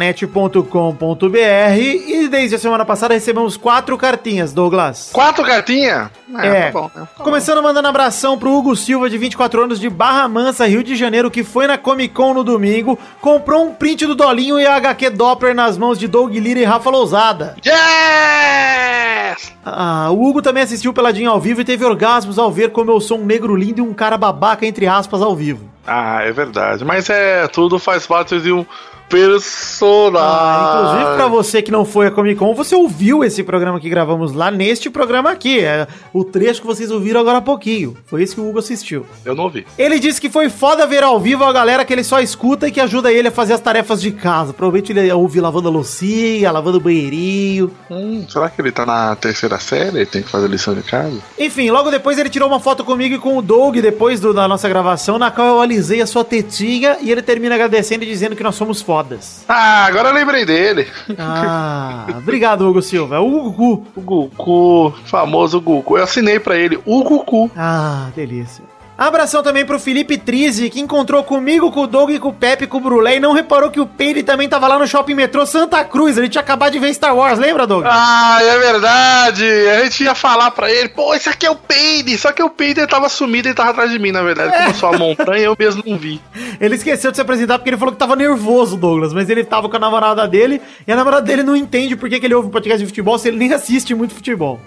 podcast@peladananet.com.br e desde a semana passada recebemos quatro cartinhas, Douglas.
Quatro cartinhas? Ah,
É.
tá bom, né?
Começando mandando abração pro Hugo Silva, de 24 anos, de Barra Mansa, Rio de Janeiro, que foi na Comic Con no domingo, comprou um print do Dolinho e a HQ Doppler nas mãos de Doug Lira e Rafa Lousada.
Yes!
Ah, o Hugo também assistiu Peladinho ao vivo e teve orgasmos ao ver como eu sou um negro lindo e um cara babaca, entre aspas, ao vivo.
Ah, é verdade. Mas é, tudo faz parte de um personagem.
Ah, Inclusive, pra você que não foi à Comic Con, você ouviu esse programa que gravamos lá neste programa aqui. É o trecho que vocês ouviram agora há pouquinho. Foi esse que o Hugo assistiu.
Eu não ouvi.
Ele disse que foi foda ver ao vivo a galera que ele só escuta e que ajuda ele a fazer as tarefas de casa. Provavelmente ele ouve lavando a loucinha, lavando o banheirinho.
Hum, será que ele tá na terceira série? Ele tem que fazer lição de casa?
Enfim, logo depois ele tirou uma foto comigo e com o Doug, depois do- da nossa gravação, na qual eu alisei a sua tetinha e ele termina agradecendo e dizendo que nós somos fodas.
Ah, agora eu lembrei dele.
Ah, obrigado, Hugo Silva. É O Gugu.
O Gugu, famoso Gugu. Eu assinei pra ele, o Gugu.
Ah, delícia. Abração também pro Felipe Trizzi, que encontrou comigo, com o Doug, e com o Pepe, com o Brulé, e não reparou que o Peire também tava lá no Shopping Metrô Santa Cruz. Ele tinha acabado de ver Star Wars, lembra, Doug?
Ah, é verdade! A gente ia falar pra ele, pô, esse aqui é o Peide! Só que o Peide tava sumido e tava atrás de mim, na verdade. Como eu sou a montanha, eu mesmo não vi.
Ele esqueceu de se apresentar porque ele falou que tava nervoso, Douglas, mas ele tava com a namorada dele, e a namorada dele não entende por que, que ele ouve um podcast de futebol se ele nem assiste muito futebol.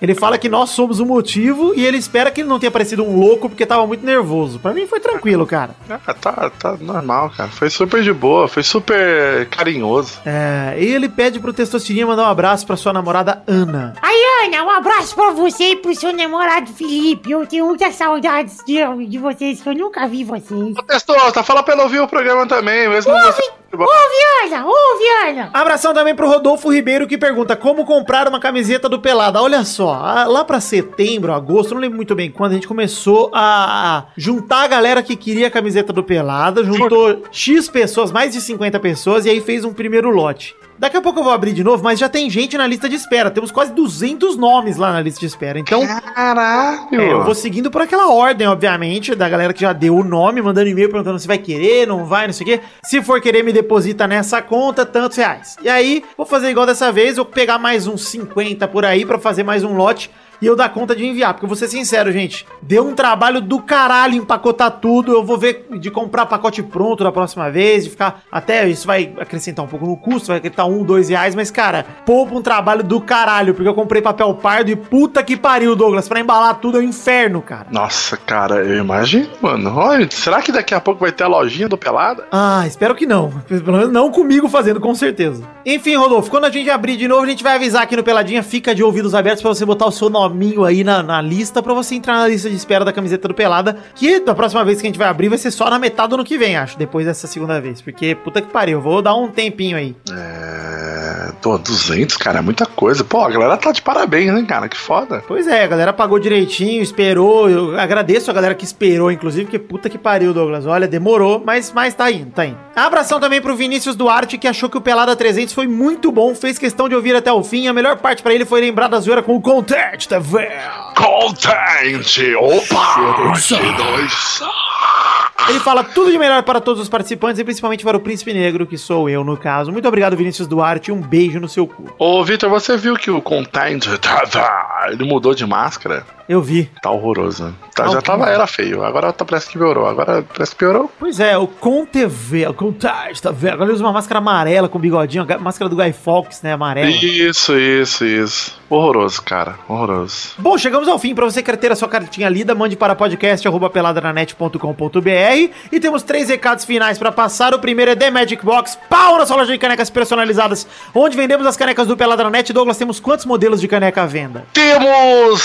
ele fala que nós somos o motivo e ele espera que ele não tenha parecido um louco porque tava muito nervoso. Pra mim foi tranquilo, cara.
Ah, tá, tá normal, cara. Foi super de boa, foi super carinhoso.
É, e ele pede pro Testosterinha mandar um abraço pra sua namorada Ana.
Aí, Ana, um abraço pra você e pro seu namorado Felipe. Eu tenho muitas saudades de, de vocês, que eu nunca vi vocês.
Testosta, fala pra ele ouvir o programa também, mesmo não gostando de futebol.
Ouve, Ana! Ouve, Ana!
Abração também pro Rodolfo Ribeiro que pergunta como comprar uma camiseta do Pelada. Olha só, a- lá pra setembro, agosto, não lembro muito bem quando, a gente começou a a juntar a galera que queria a camiseta do Pelada, juntou X pessoas, mais de 50 pessoas, e aí fez um primeiro lote. Daqui a pouco eu vou abrir de novo, mas já tem gente na lista de espera. Temos quase 200 nomes lá na lista de espera. Então.
Caralho!
É, eu vou seguindo por aquela ordem, obviamente, da galera que já deu o nome, mandando e-mail perguntando se vai querer, não vai, não sei o quê. Se for querer, me deposita nessa conta tantos reais. E aí, vou fazer igual dessa vez, eu vou pegar mais uns 50 por aí pra fazer mais um lote. E eu dar conta de enviar, porque eu vou ser sincero, gente. Deu um trabalho do caralho empacotar tudo. Eu vou ver de comprar pacote pronto da próxima vez, de ficar. Até isso vai acrescentar um pouco no custo, vai acrescentar um, dois reais, mas cara, poupa um trabalho do caralho, porque eu comprei papel pardo e puta que pariu, Douglas. Pra embalar tudo é um inferno, cara.
Nossa, cara, eu imagino, mano. Olha, será que daqui a pouco vai ter a lojinha do Pelada?
Ah, espero que não. Pelo menos não comigo fazendo, com certeza. Enfim, Rodolfo, quando a gente abrir de novo, a gente vai avisar aqui no Peladinha. Fica de ouvidos abertos pra você botar o seu nominho aí na, na lista, pra você entrar na lista de espera da camiseta do Pelada. Que da próxima vez que a gente vai abrir vai ser só na metade do ano que vem, acho. Depois dessa segunda vez. Porque, puta que pariu, vou dar um tempinho aí.
É. Pô, 200, cara, é muita coisa. Pô, a galera tá de parabéns, né, cara? Que foda.
Pois é, a galera pagou direitinho, esperou. Eu agradeço a galera que esperou, inclusive, porque puta que pariu, Douglas. Olha, demorou, mas, mas tá indo, tá indo. Abração também pro Vinícius Duarte, que achou que o Pelada 300 foi muito bom, fez questão de ouvir até o fim. A melhor parte pra ele foi lembrar da zoeira com o Content TV.
Contente! Opa! dois.
Ele fala tudo de melhor para todos os participantes e principalmente para o Príncipe Negro, que sou eu, no caso. Muito obrigado, Vinícius Duarte. Um beijo no seu cu.
Ô, Vitor, você viu que o Content tá, ele mudou de máscara?
Eu vi.
Tá horroroso. né? Tá,
Ah,
já
que
tava,
mal.
era feio. Agora tá, parece que piorou. Agora parece que piorou.
Pois é, o Contv, o Contage, tá vendo? Agora ele usa uma máscara amarela com bigodinho, a máscara do Guy Fawkes, né, amarela.
Isso, isso, isso. Horroroso, cara. Horroroso.
Bom, chegamos ao fim. Para você querer ter a sua cartinha lida, mande para podcast@peladranet.com.br e temos três recados finais para passar. O primeiro é The Magic Box, pau na sua loja de canecas personalizadas, onde vendemos as canecas do Peladranet. Douglas, temos quantos modelos de caneca à venda?
Temos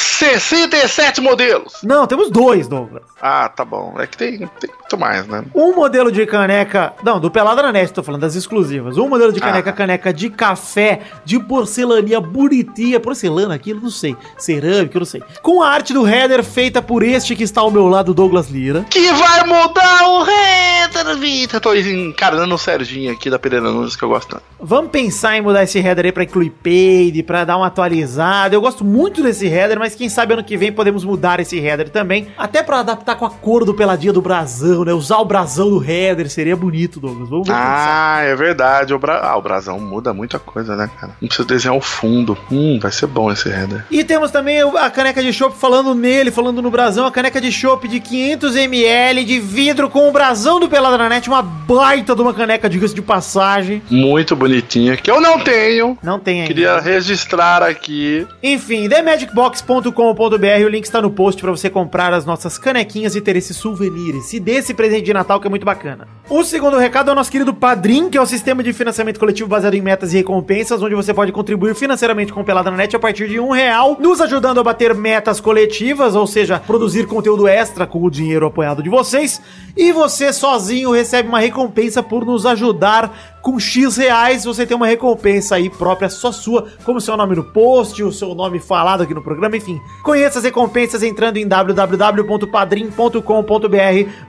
67 modelos.
Não, temos dois, Douglas.
Ah, tá bom. É que tem, tem muito mais, né?
Um modelo de caneca. Não, do Peladranet, tô falando das exclusivas. Um modelo de caneca, caneca de café, de porcelania bonitinha. Porcelana, aquilo, não sei. Cerâmica, eu não sei. Com a arte do header feita por este que está ao meu lado, Douglas Lira.
Que vai mudar o Hater, Vitor. Tô encarando o Serginho aqui da Pereira Nunes que eu gosto tanto.
Vamos pensar em mudar esse header aí pra incluir paid, pra dar uma atualizada. Eu gosto muito desse header, mas quem sabe ano que vem podemos mudar esse header também. Até pra adaptar com a cor do Peladinha do brasão, né? Usar o brasão do header seria bonito, Douglas. Vamos ver
Ah, é verdade. O, bra... ah, o brasão muda muita coisa, né, cara? Não precisa desenhar o fundo. Hum, vai ser bom esse header.
E temos também o- a caneca de chopp falando nele, falando no brasão, a caneca de chopp de 500ml de vidro com o brasão do Peladranet, uma baita de uma caneca, diga-se de passagem.
Muito bonitinha, que eu não tenho.
Não tem ainda.
Queria registrar aqui.
Enfim, themagicbox.com.br, o link está no post para você comprar as nossas canequinhas e ter esse souvenir, esse desse presente de Natal que é muito bacana. O segundo recado é o nosso querido Padrim, que é o sistema de financiamento coletivo baseado em metas e recompensas, onde você pode contribuir financeiramente com o Pelada na Net a partir de um real, nos ajudando a bater metas coletivas, ou seja, produzir conteúdo extra com o dinheiro apoiado de vocês, e você sozinho recebe uma recompensa por nos ajudar com X reais você tem uma recompensa aí própria, só sua, como o seu nome no post, o seu nome falado aqui no programa, enfim. Conheça as recompensas entrando em www.padrim.com.br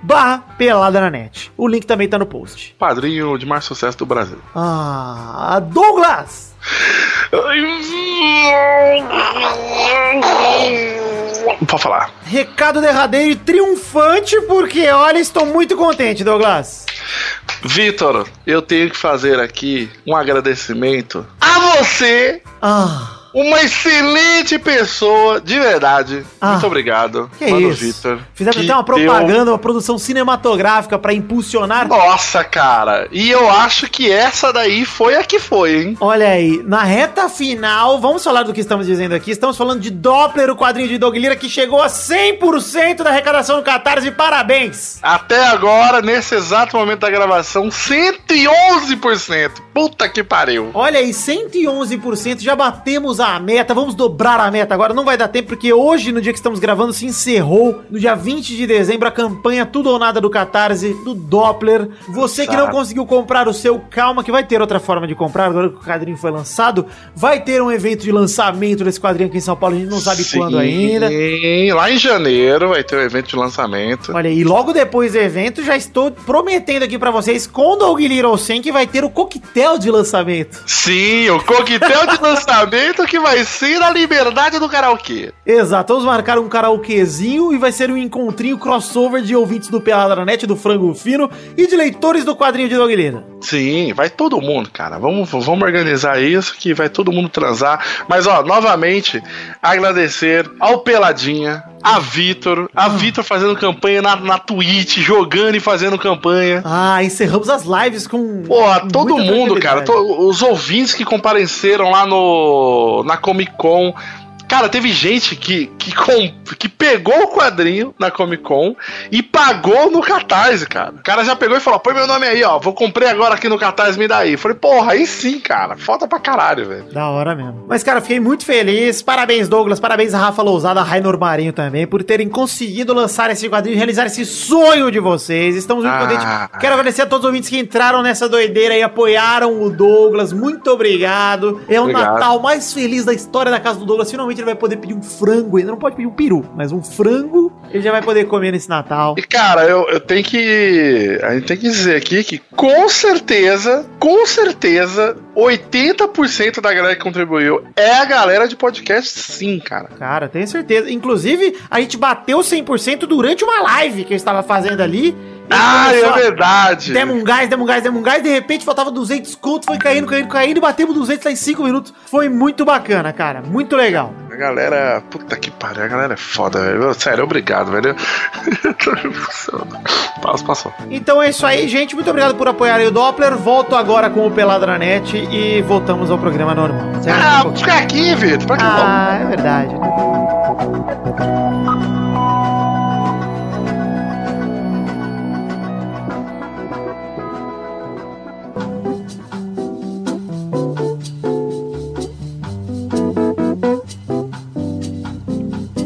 barra pelada na net. O link também tá no post.
Padrinho de mais sucesso do Brasil.
Ah, Douglas!
Pode falar.
Recado derradeiro e triunfante, porque olha, estou muito contente, Douglas.
Vitor, eu tenho que fazer aqui um agradecimento a você.
Ah,
Uma excelente pessoa, de verdade.
Ah.
Muito obrigado,
Que isso?
Vitor.
Fizemos
que
até uma
deu-
propaganda, uma produção cinematográfica para impulsionar.
Nossa, cara! E eu acho que essa daí foi a que foi, hein?
Olha aí, na reta final, vamos falar do que estamos dizendo aqui. Estamos falando de Doppler, o quadrinho de Doug Lira, que chegou a 100% da arrecadação do Catarse. Parabéns!
Até agora, nesse exato momento da gravação, 111%. Puta que pariu.
Olha aí, 111%, já batemos a a meta, vamos dobrar a meta agora. Não vai dar tempo, porque hoje, no dia que estamos gravando, se encerrou, no dia 20 de dezembro, a campanha Tudo ou Nada do Catarse, do Doppler. Você que não
Exato.
conseguiu comprar o seu, calma, que vai ter outra forma de comprar, agora que o quadrinho foi lançado. Vai ter um evento de lançamento desse quadrinho aqui em São Paulo, a gente não sabe quando ainda.
Sim, Lá em janeiro vai ter o evento de lançamento.
Olha, e logo depois do evento, já estou prometendo aqui pra vocês, com o Doug Little 100, que vai ter o coquetel de lançamento.
Sim, o coquetel de lançamento que vai ser a liberdade do karaokê.
Exato, vamos marcar um karaokezinho e vai ser um encontrinho crossover de ouvintes do Peladranet, do Frango Fino e de leitores do quadrinho de Doguilina.
Sim, vai todo mundo, cara. Vamos, vamos organizar isso que vai todo mundo transar. Mas, ó, novamente, agradecer ao Peladinha, a Vitor, a Vitor fazendo campanha na, na Twitch, jogando e fazendo campanha.
Ah, encerramos as lives com.
Porra, todo
muita
mundo, cara.
tranquilidade.
to- os ouvintes que compareceram lá no, na Comic Con. Cara, teve gente que, que, com- que pegou o quadrinho na Comic Con e pagou no Catarse, cara. O cara já pegou e falou: põe meu nome aí, ó. Vou comprei agora aqui no Catarse, me dá aí. Eu Falei, porra, aí sim, cara. Falta pra caralho, velho.
Da hora mesmo. Mas, cara, fiquei muito feliz. Parabéns, Douglas. Parabéns a Rafa Lousada, a Rainor Marinho também, por terem conseguido lançar esse quadrinho e realizar esse sonho de vocês. Estamos muito
Ah.
contentes. Quero agradecer a todos os ouvintes que entraram nessa doideira e apoiaram o Douglas. Muito obrigado. É o
Obrigado.
Natal mais feliz da história da casa do Douglas. Finalmente ele vai poder pedir um frango. Ele não pode pedir um peru, mas um frango ele já vai poder comer nesse Natal.
E, cara, eu, eu tenho que. A gente tem que dizer aqui que, com certeza, com certeza, 80% da galera que contribuiu é a galera de podcast, sim, cara.
Cara, tenho certeza. Inclusive, a gente bateu 100% durante uma live que eu estava fazendo ali.
Ah,
Começou
é
a-
verdade.
Demos um gás, demos um gás, demos um gás. De repente, faltava 200 conto. Foi caindo, caindo, caindo. E batemos 200 lá em 5 minutos. Foi muito bacana, cara. Muito legal.
A galera. Puta que pariu, a galera é foda, velho. Sério, obrigado, velho. Passa, passou.
Então é isso aí, gente. Muito obrigado por apoiarem o Doppler. Volto agora com o Peladranet e voltamos ao programa normal.
Ah, fica aqui, Vitor. Pra que
Ah, é verdade.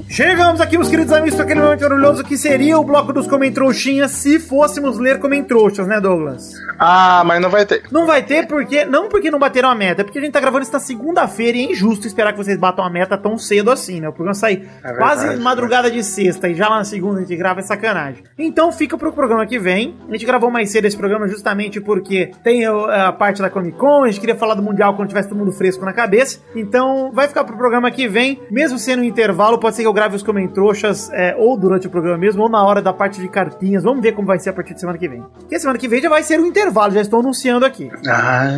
Chegamos aqui, meus queridos amigos, para aquele momento orgulhoso que seria o bloco dos Comentrouxinhas se fôssemos ler Comentrouxas, né, Douglas?
Ah, mas não vai ter.
Não vai ter porque. Não porque não bateram a meta, é porque a gente tá gravando isso na segunda-feira e é injusto esperar que vocês batam a meta tão cedo assim, né? O programa sai
verdade,
quase madrugada de sexta e já lá na segunda a gente grava é sacanagem. Então fica pro programa que vem. A gente gravou mais cedo esse programa justamente porque tem o- a parte da Comic Con, a gente queria falar do Mundial quando tivesse todo mundo fresco na cabeça. Então vai ficar pro programa que vem, mesmo sendo um intervalo, pode ser que eu grave os comentroxas é, ou durante o programa mesmo, ou na hora da parte de cartinhas. Vamos ver como vai ser a partir de semana que vem. Porque semana que vem já vai ser um intervalo, já estou anunciando aqui.
Ah,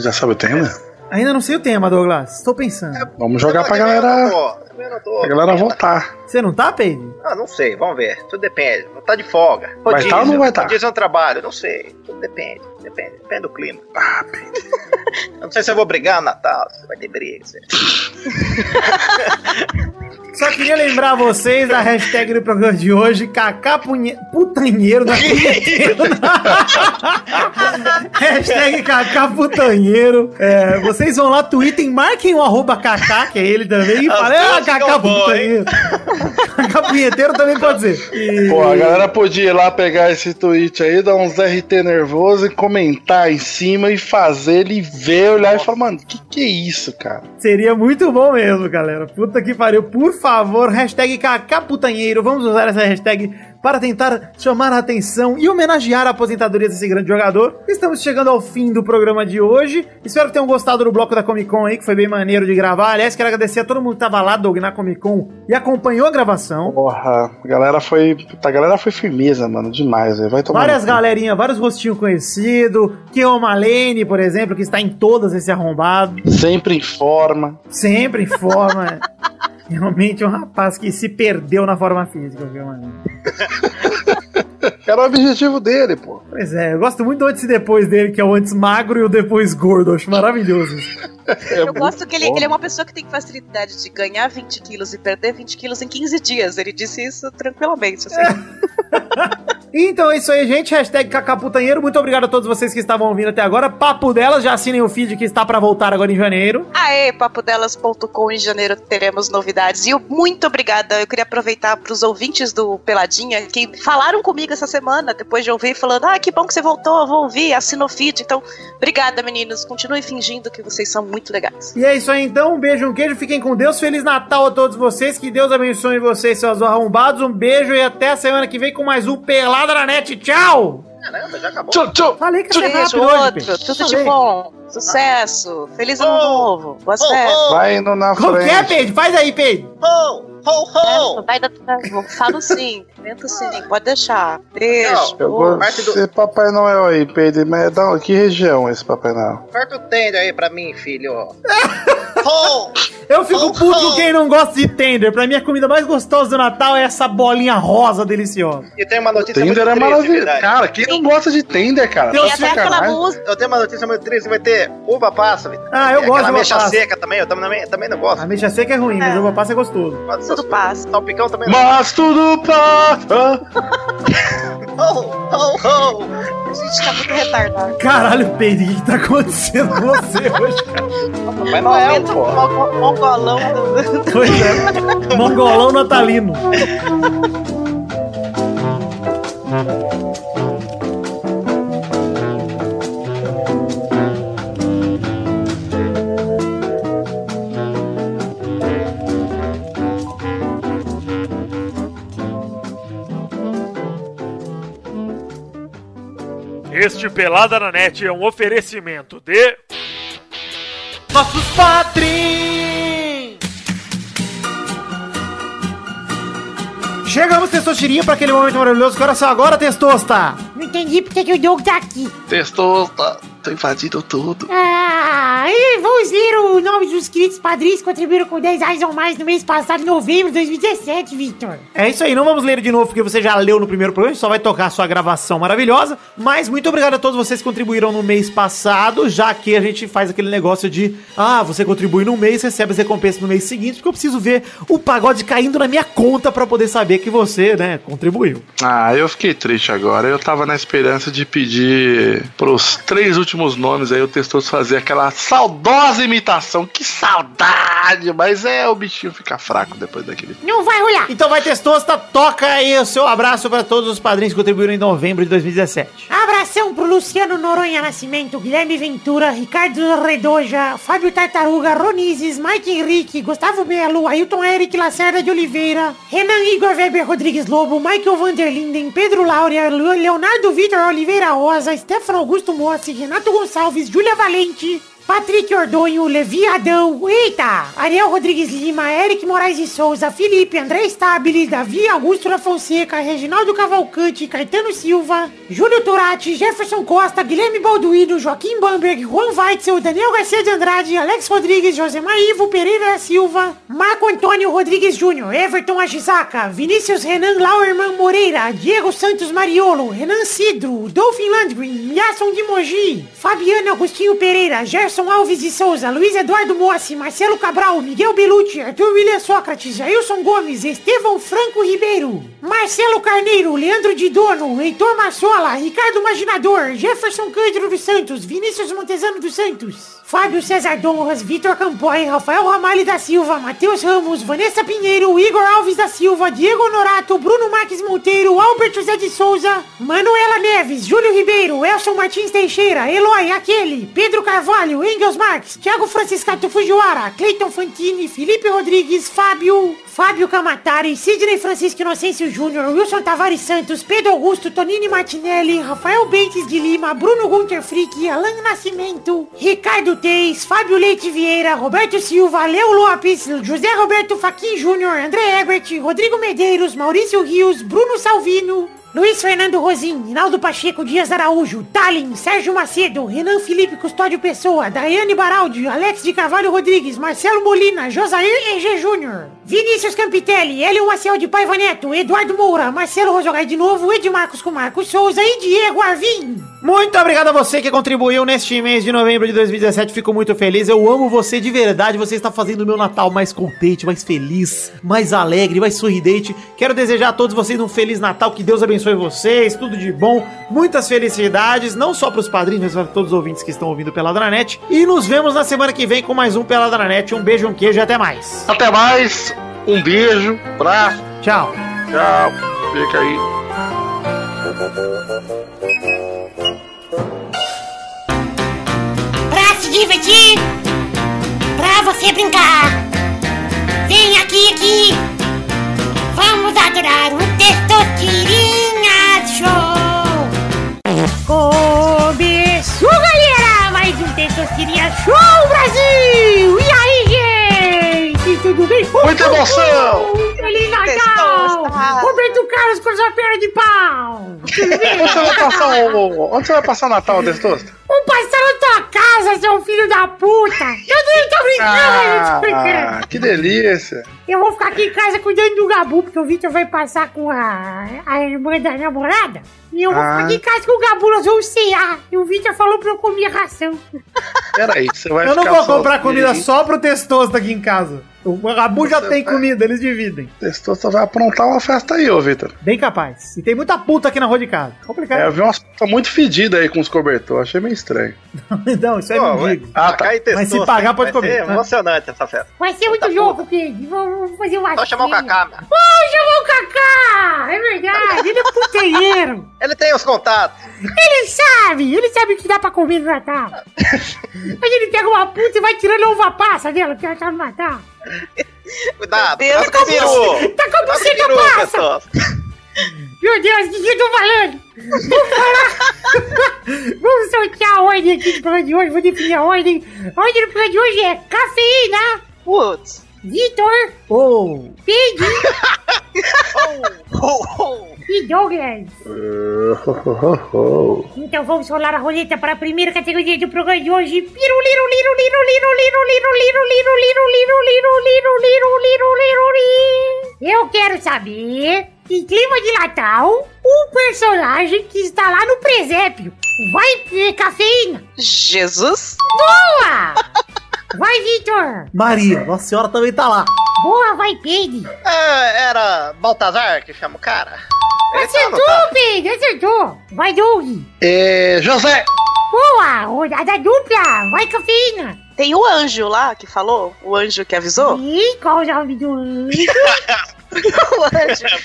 já sabe o tema?
Ainda não sei o tema, Douglas. Estou pensando.
É.
Vamos jogar pra galera. tá Pra galera voltar.
Você não tá, Peide?
Ah, não sei, vamos ver. Tudo depende. Tá de folga.
Vai tá ou não vai tá?
Rodízio é um trabalho, não sei. Tudo depende. Depende, depende do clima. Ah, Eu não sei se eu vou brigar no Natal, se vai ter briga. se-
Só queria lembrar vocês da hashtag do programa de hoje, Cacá Punhe... Putanheiro da Punheteiro. hashtag Cacá Putanheiro. É, vocês vão lá, tweetem, marquem o arroba Cacá, que é ele também, e
As
falem, ah,
duas
Cacá
ficam boas,
Putanheiro. Cacá Punheteiro também pode ser. E-
Pô, a galera podia ir lá pegar esse tweet aí, dar uns RT nervoso e comentar em cima e fazer ele ver, olhar e falar, mano, que que é isso, cara?
Seria muito bom mesmo, galera. Puta que pariu. Por favor, hashtag Cacaputanheiro. Vamos usar essa hashtag para tentar chamar a atenção e homenagear a aposentadoria desse grande jogador. Estamos chegando ao fim do programa de hoje. Espero que tenham gostado do bloco da Comic Con aí, que foi bem maneiro de gravar. Aliás, quero agradecer a todo mundo que tava lá, Doug, na Comic Con e acompanhou a gravação.
Porra, a galera foi. puta, A galera foi firmeza, mano. Demais, velho. Vai tomar.
Várias
no cu.
galerinhas, vários rostinhos conhecidos. Kioma Lane, por exemplo, que está em todas esse arrombado.
Sempre informa.
Sempre em forma. Realmente é um rapaz que se perdeu na forma física, viu, mano?
Era o objetivo dele, pô.
Pois é, eu gosto muito do antes e depois dele, que é o antes magro e o depois gordo. Eu acho maravilhoso.
eu gosto que ele, ele é uma pessoa que tem facilidade de ganhar 20 quilos e perder 20 quilos em 15 dias. Ele disse isso tranquilamente. Assim.
Então é isso aí, gente. Hashtag Cacaputanheiro. Muito obrigado a todos vocês que estavam ouvindo até agora. Papo delas, já assinem o feed que está para voltar agora em janeiro.
Aê, papodelas.com em janeiro teremos novidades. E eu- muito obrigada. Eu queria aproveitar para os ouvintes do Peladinha que falaram comigo essa semana, depois de ouvir, falando: ah, que bom que você voltou, eu vou ouvir, assinou o feed. Então, obrigada, meninos. Continuem fingindo que vocês são muito legais.
E é isso aí, então. Um beijo, um queijo. Fiquem com Deus. Feliz Natal a todos vocês. Que Deus abençoe vocês, seus arrombados. Um beijo e até a semana que vem com mais um Pelada na Net. Tchau!
Caramba, já acabou.
Tá
Tchau, tchau! Falei que ia ser
Beijo,
é rápido hoje,
outro.
bicho.
Tudo de
Falei.
bom. Sucesso. Feliz ano novo. Boa
oh.
festa.
Vai indo na
Como que é,
frente.
Pedro? Faz aí, Pedro.
É,
Ho, ho, Vai dar tudo bem. Falo sim. Tento sim. Pode deixar. Beijo.
Eu gosto desse Papai Noel aí, Pedro. Mas da onde- que região é esse Papai Noel?
Corta o tender aí pra mim, filho.
Eu fico puto com quem não gosta de tender. Pra mim, a comida mais gostosa do Natal é essa bolinha rosa deliciosa.
E tem uma notícia muito
Tender é
triste,
maravilhoso.
verdade.
Cara, quem não gosta de Tender, cara?
Tem
Tá
até aquela
sacanagem.
música.
Eu tenho uma notícia muito triste, vai ter uva passa, Vitor.
Ah, eu
Tem É
gosto de
aquela
uva
mecha
passa.
seca também, eu também, também não gosto.
A mexa seca é ruim, mas o passa é gostoso.
Tudo passa.
Salpicão também não
Mas tudo passa.
Oh, oh,
oh. A gente tá muito retardado.
Caralho, Pedro, o que, que tá acontecendo com você hoje, cara?
Papai Noel,
Momento
pô.
mongo- Mongolão. do-
Pois é. Mongolão natalino.
Este Pelada na Net é um oferecimento de.
Nossos patrins! Chegamos, Testostirinha, pra aquele momento maravilhoso. Que hora só agora, tá? Testosta?
Não entendi porque que o Doug tá aqui.
Testosta, tá, tô invadindo tudo.
Ah, e vamos ler o nome dos inscritos padrinhos que contribuíram com 10 reais ou mais no mês passado, em novembro de 2017, Victor.
É isso aí, não vamos ler de novo porque você já leu no primeiro programa, a gente só vai tocar a sua gravação maravilhosa. Mas muito obrigado a todos vocês que contribuíram no mês passado, já que a gente faz aquele negócio de ah, você contribui num mês, recebe as recompensas no mês seguinte, porque eu preciso ver o pagode caindo na minha conta pra poder saber que você, né, contribuiu.
Ah, eu fiquei triste agora. Eu tava na esperança de pedir pros três últimos nomes aí o Testoso fazer aquela saudosa imitação. Que saudade! Mas é, o bichinho fica fraco depois daquele.
Não vai rolar.
Então vai, Testosta, toca aí o seu abraço pra todos os padrinhos que contribuíram em novembro de 2017.
Abração pro Luciano Noronha Nascimento, Guilherme Ventura, Ricardo Redoja, Fábio Tartaruga, Ronizes, Mike Henrique, Gustavo Melo, Ailton Eric Lacerda de Oliveira, Renan Igor Weber Rodrigues Lobo, Michael Vanderlinden, Pedro Laura, Leonardo Vitor Oliveira Rosa, Stefano Augusto Mossi, Renato Gonçalves, Júlia Valente, Patrick Ordonho, Levi Adão, eita! Ariel Rodrigues Lima, Eric Moraes de Souza, Felipe, André Stabile, Davi Augusto La Fonseca, Reginaldo Cavalcante, Caetano Silva, Júlio Turati, Jefferson Costa, Guilherme Balduino, Joaquim Bamberg, Juan Weitzel, Daniel Garcia de Andrade, Alex Rodrigues, Josemar Ivo, Pereira da Silva, Marco Antônio Rodrigues Júnior, Everton Ashizaka, Vinícius Renan Lauerman Moreira, Diego Santos Mariolo, Renan Cidro, Dolphin Landgren, Yasson de Mogi, Fabiano Agostinho Pereira, Gerson Alves de Souza, Luiz Eduardo Mossi, Marcelo Cabral, Miguel Belucci, Arthur William Sócrates, Ailson Gomes, Estevão Franco Ribeiro, Marcelo Carneiro, Leandro de Dono, Heitor Massola, Ricardo Maginador, Jefferson Cândido dos Santos, Vinícius Montezano dos Santos, Fábio César Donras, Vitor Campoy, Rafael Ramalho da Silva, Matheus Ramos, Vanessa Pinheiro, Igor Alves da Silva, Diego Honorato, Bruno Marques Monteiro, Albert José de Souza, Manuela Neves, Júlio Ribeiro, Elson Martins Teixeira, Eloy Aquele, Pedro Carvalho, Engels Marques, Thiago Franciscato Fujiwara, Cleiton Fantini, Felipe Rodrigues, Fábio, Fábio Camatari, Sidney Francisco Inocêncio Júnior, Wilson Tavares Santos, Pedro Augusto, Tonini Martinelli, Rafael Bentes de Lima, Bruno Gunter Frick, Alan Nascimento, Ricardo Teis, Fábio Leite Vieira, Roberto Silva, Leo Lopes, José Roberto Faquin Júnior, André Egbert, Rodrigo Medeiros, Maurício Rios, Bruno Salvino,
Luiz Fernando Rosim, Hinaldo Pacheco Dias Araújo, Tallin, Sérgio Macedo, Renan Felipe Custódio Pessoa, Daiane Baraldi, Alex de Carvalho Rodrigues, Marcelo Molina, Josair EG Júnior, Vinícius Campitelli, Hélio Maciel de Paiva Neto, Eduardo Moura, Marcelo Rojogai de novo, Edmarcos com Marcos Souza e Diego Arvim.
Muito obrigado a você que contribuiu neste mês de novembro de 2017. Fico muito feliz. Eu amo você de verdade. Você está fazendo o meu Natal mais contente, mais feliz, mais alegre, mais sorridente. Quero desejar a todos vocês um feliz Natal. Que Deus abençoe vocês. Tudo de bom. Muitas felicidades. Não só para os padrinhos, mas para todos os ouvintes que estão ouvindo Peladranet. E nos vemos na semana que vem com mais um Peladranet. Um beijo, um queijo e até mais.
Até mais. Um beijo. Abraço.
Tchau.
Tchau. Fica aí.
Pra se divertir, pra você brincar. Vem aqui, aqui. Vamos adorar o Testosterinha Show. Começou, galera! Mais um Testosterinha Show Brasil! E aí, gente? Tudo bem?
Muita emoção!
Feliz Natal! Roberto Carlos com a sua perna de pau! Tudo bem?
Onde você vai passar o. Onde você vai passar o Natal, Destosto?
Um pastel na tua casa, seu filho da puta! Eu nem tô brincando, eu tô brincando.
Ah, que delícia!
Eu vou ficar aqui em casa cuidando do Gabu, porque o Victor vai passar com a, a irmã da namorada. E eu vou
Ah.
ficar aqui em casa com o Gabu, nós vamos cear. E o Victor falou pra eu comer ração.
Peraí, você vai
Eu não
ficar
vou comprar
sozinho.
comida só pro testoso aqui em casa. O Rabu já tem comida, eles dividem.
Testosta vai aprontar uma festa aí, ô Vitor.
Bem capaz. E tem muita puta aqui na rua de casa. Complicado.
É, eu vi umas putas muito fedidas aí com os cobertores, achei meio estranho.
Não, isso é
Pô,
mendigo.
Ah, tá.
Mas se pagar, pode comer. né?
É emocionante essa festa.
Vai ser muito louco, Pedro. Vamos fazer uma.
Só chamar o Kaká, meu.
Vamos chamar o Kaká! É verdade, ele é puteiro.
Ele tem os contatos.
Ele sabe, ele sabe o que dá pra comer no Natal. Mas ele pega uma puta e vai tirando a uva passa dela, que ela tá no Natal.
Cuidado,
Meu Deus,
cuidado com o peru.
tá com a
Cuidado
buceta
com o peru,
passa.
pessoal.
Meu Deus, o que que eu tô falando? Vamos falar. Vamos sortear a ordem aqui do plano de hoje, vou definir a ordem. A ordem do plano de hoje é cafeína. Putz. Vitor.
Oh.
Pig. E Douglas. Então vamos rolar a roleta para a primeira categoria do programa de hoje. Piru, liru, liru, liru, liru, liru, liru, liru, liru, liru, liru, liru, liru, liru, liru, liru, liru. Eu quero saber, em clima de Natal, um personagem que está lá no presépio. Vai ter cafeína.
Jesus.
Boa! Vai, Vitor.
Maria, Nossa Senhora também tá lá.
Boa, vai, Peide.
É, era Baltazar que chama o cara. Ele tá, não
Acertou, Peide, acertou. Vai, Doug.
É, José!
Boa, rodada dupla. Vai, cafeína.
Tem o anjo lá que falou, o anjo que avisou.
Ih, qual o nome do anjo?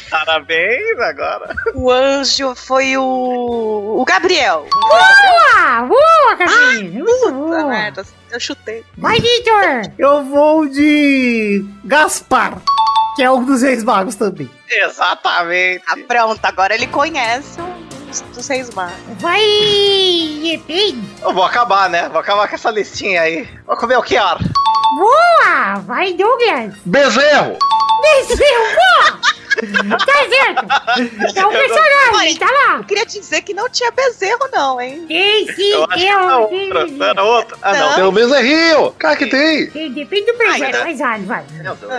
Parabéns agora.
o anjo foi o. o Gabriel.
Boa! Boa,
Ah,
Cafeína! Muito
Puta
boa!
merda, eu chutei.
Vai, Victor!
Eu vou de. Gaspar, que é um dos reis magos também.
Exatamente.
Ah, pronto, agora ele conhece os dos reis magos.
Vai! Epim!
Eu vou acabar, né? Vou acabar com essa listinha aí. Vou comer o Kiara.
Boa! Vai, Douglas!
Bezerro!
Desceu, boa! Tá certo! É um personagem, tá lá!
Eu queria te dizer que não tinha bezerro, não, hein?
Tem sim,
Eu acho que
tem
era
um,
outra. Não era outra. Ah, não.
Tem o Bezerrinho! Cara, que tem!
tem. Depende do projeto,
né?
Ai,
mas vai, vai.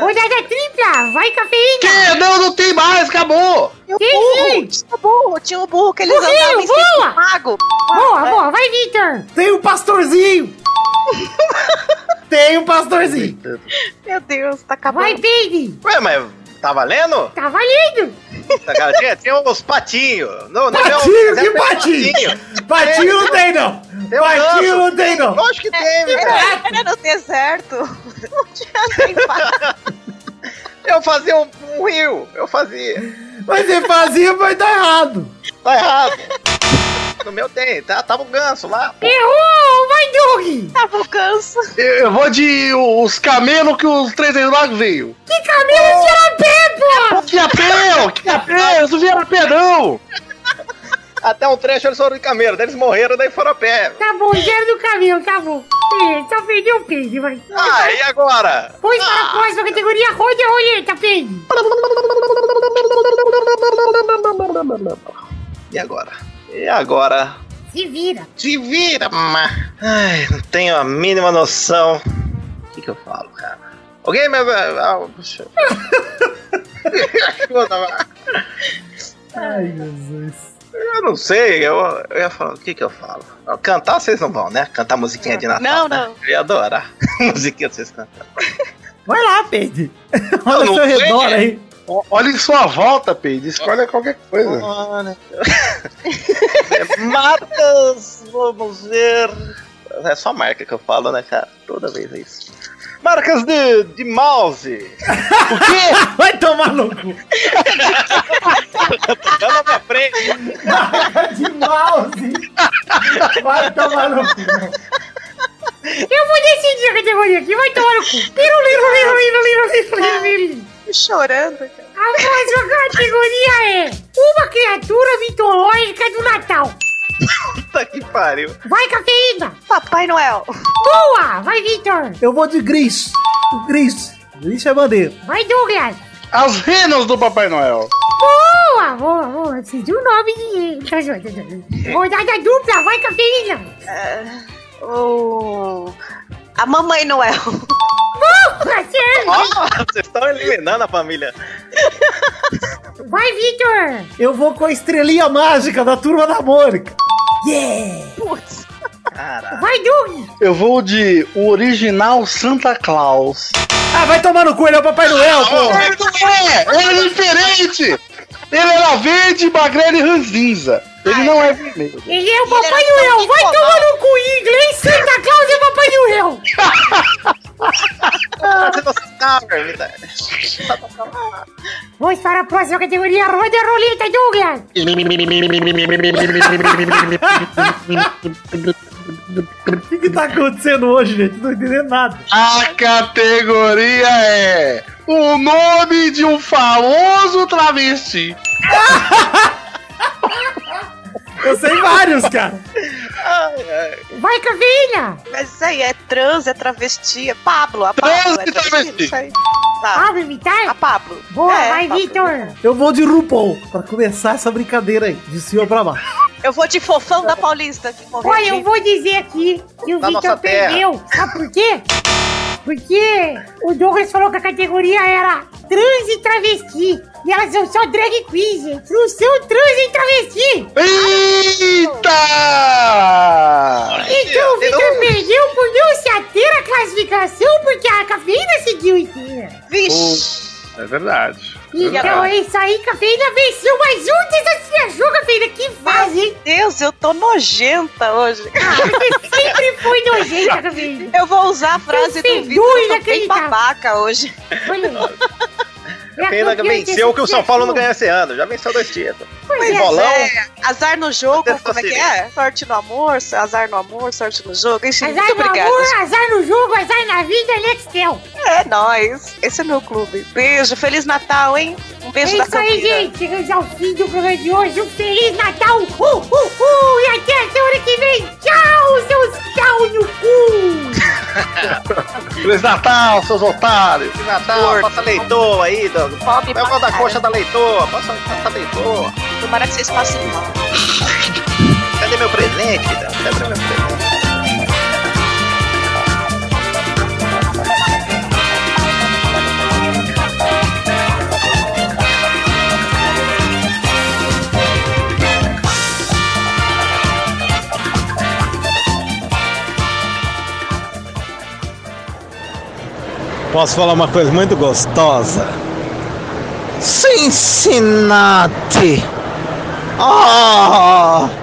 Rodada tripla, vai, cafeína!
Que? Não, não tem mais, acabou!
Tinha o
Tem
burro,
sim.
tinha o burro, tinha o burro que eles andavam
Burrinho,
em cima
boa!
do mago.
Boa, boa, vai, Victor!
Tem o pastorzinho! Tem o pastorzinho!
Meu Deus, tá acabando.
Vai, Pig!
Ué, mas tá valendo?
Tá valendo!
Tá, cara, tinha, tinha uns patinhos. Não, não é um-
Patinho,
é
que
um
patinho! Patinho não tem, não!
Tem um
Patinho
anjo.
não tem, não!
Lógico que tem,
Era,
velho.
era no deserto. Não tinha nem pato.
Eu fazia um, um rio. Eu fazia.
Mas você fazia, mas tá errado!
Tá errado. No meu tem. Tá, tava um ganso lá.
Errou! Vai, Doug!
Tava o ganso.
Eu, eu vou de os camelos que os três reis magos veio.
Que camelo
Oh.
de pé, pô!
É
Que apel! Que apel! Isso não vieram apel, não!
Até um trecho eles foram de camelo, daí eles morreram, daí foram a pé.
Tá bom, zero do caminho, tá bom. Beleza, só perdi o peide, vai.
Ah, e agora?
Pois para a próxima categoria, roda a roleta, peide.
E agora? E agora?
Se vira.
Se vira, ma. Ai, não tenho a mínima noção. O que, que eu falo, cara? Alguém me. ah, ah, puxa. Me ajuda, ma.
Ai, Jesus.
Eu não sei, eu, eu ia falar, o que que eu falo? Cantar vocês não vão, né? Cantar musiquinha de Natal.
Não,
né?
não.
Eu ia adorar. musiquinha pra vocês cantarem.
Vai lá, Pedro. Olha ao seu redor aí.
Olha em sua volta, Pedro. Escolha qualquer coisa.
Marcas, vamos ver. É só marca que eu falo, né, cara? Toda vez é isso. Marcas de, de mouse. O quê?
Vai tomar no cu.
Ela pra frente.
É
de mouse. Vai tomar no cu.
Eu vou decidir a categoria aqui, vai tomar no cu. Liru, liru, liru, liru, liru, liru, liru, liru.
Chorando, cara.
A próxima categoria é Uma criatura mitológica do Natal.
Puta que pariu.
Vai, cafeína.
Papai Noel.
Boa, vai, Victor.
Eu vou de gris. O gris. Gris é bandeira.
Vai, Douglas.
As renas do Papai Noel.
Boa, boa, boa. Preciso de um nome de... Rodada dupla, vai, cafeína.
Ah, o- A Mamãe Noel.
Boa, Sam.
Ó, Ah, vocês estão eliminando a família.
Vai, Victor.
Eu vou com a estrelinha mágica da turma da Mônica.
Yeah.
Putz.
Caralho.
Vai, Doug.
Eu vou de o original Santa Claus.
Ah, vai tomar no cu, ele é o Papai Noel, pô.
Ele não é! Ele é diferente! Ele era verde, magrelo e ranzinza. Ele não é vermelho.
Ele é o Papai Noel. Vai tomar no cu em inglês, Santa Claus é Papai Noel.
Ah, Você não sabe, verdade.
Vamos para a próxima categoria. Roda a roleta, Douglas.
O que, que tá acontecendo hoje, gente? Não tô entendendo nada.
A categoria é o nome de um famoso travesti.
Eu sei vários, cara.
Ai, ai.
Vai, Cavinha.
Mas isso aí é trans, é travesti, é Pablo. A Pablo é travesti. Isso aí. Tá.
Pablo imitar?
A Pablo.
Ah, Boa,
É,
vai,
Pablo.
Victor.
Eu vou de RuPaul pra começar essa brincadeira aí, de cima pra baixo.
Eu vou de fofão da Paulista. que morreu
Olha, eu
aqui.
vou dizer aqui que o
Da
Victor
nossa terra.
perdeu. Sabe por quê? Porque o Douglas falou que a categoria era trans e travesti. E elas são só drag queens, gente. Não são trans e travesti.
Eita!
Então o Victor perdeu por não se ater à classificação, porque a cafeína seguiu inteira.
Vixe.
É verdade.
Então é isso aí, cafeína venceu mais um desafio, cafeína. Que fase, hein?
Deus, eu tô nojenta hoje.
Você sempre foi nojenta, cafeína.
Eu vou usar a frase
Sem
do Vitor, eu
dúvida
tô bem
acreditável.
babaca hoje.
Olha aí.
A
é
pena que venceu o que o
é
São Paulo não ganha esse ano. Já venceu dois títulos.
um. Pois
Bolão.
é, azar no jogo,
Até
como é que
facilita.
é? Sorte no amor, azar no amor, sorte no jogo. Enfim,
Azar
muito
no
obrigada.
amor, azar no jogo, azar na vida, Nextel.
É nóis. Esse é meu clube. Beijo, Feliz Natal, hein? Um
É
beijo da
isso aí,
família.
gente. Chegamos ao fim do programa de hoje. Um Feliz Natal! Uh, uh, uh! E até a semana que vem! Tchau, seus tchau no cu!
Feliz Natal, seus otários!
Feliz Natal, passa leitoa aí, Doug.
Pobre
Leva da
batalha.
coxa da leitoa, passa, passa leitoa.
Tomara que vocês passem mal.
Cadê meu presente, Doug? Cadê meu presente?
Posso falar uma coisa muito gostosa? Cincinnati! Ah!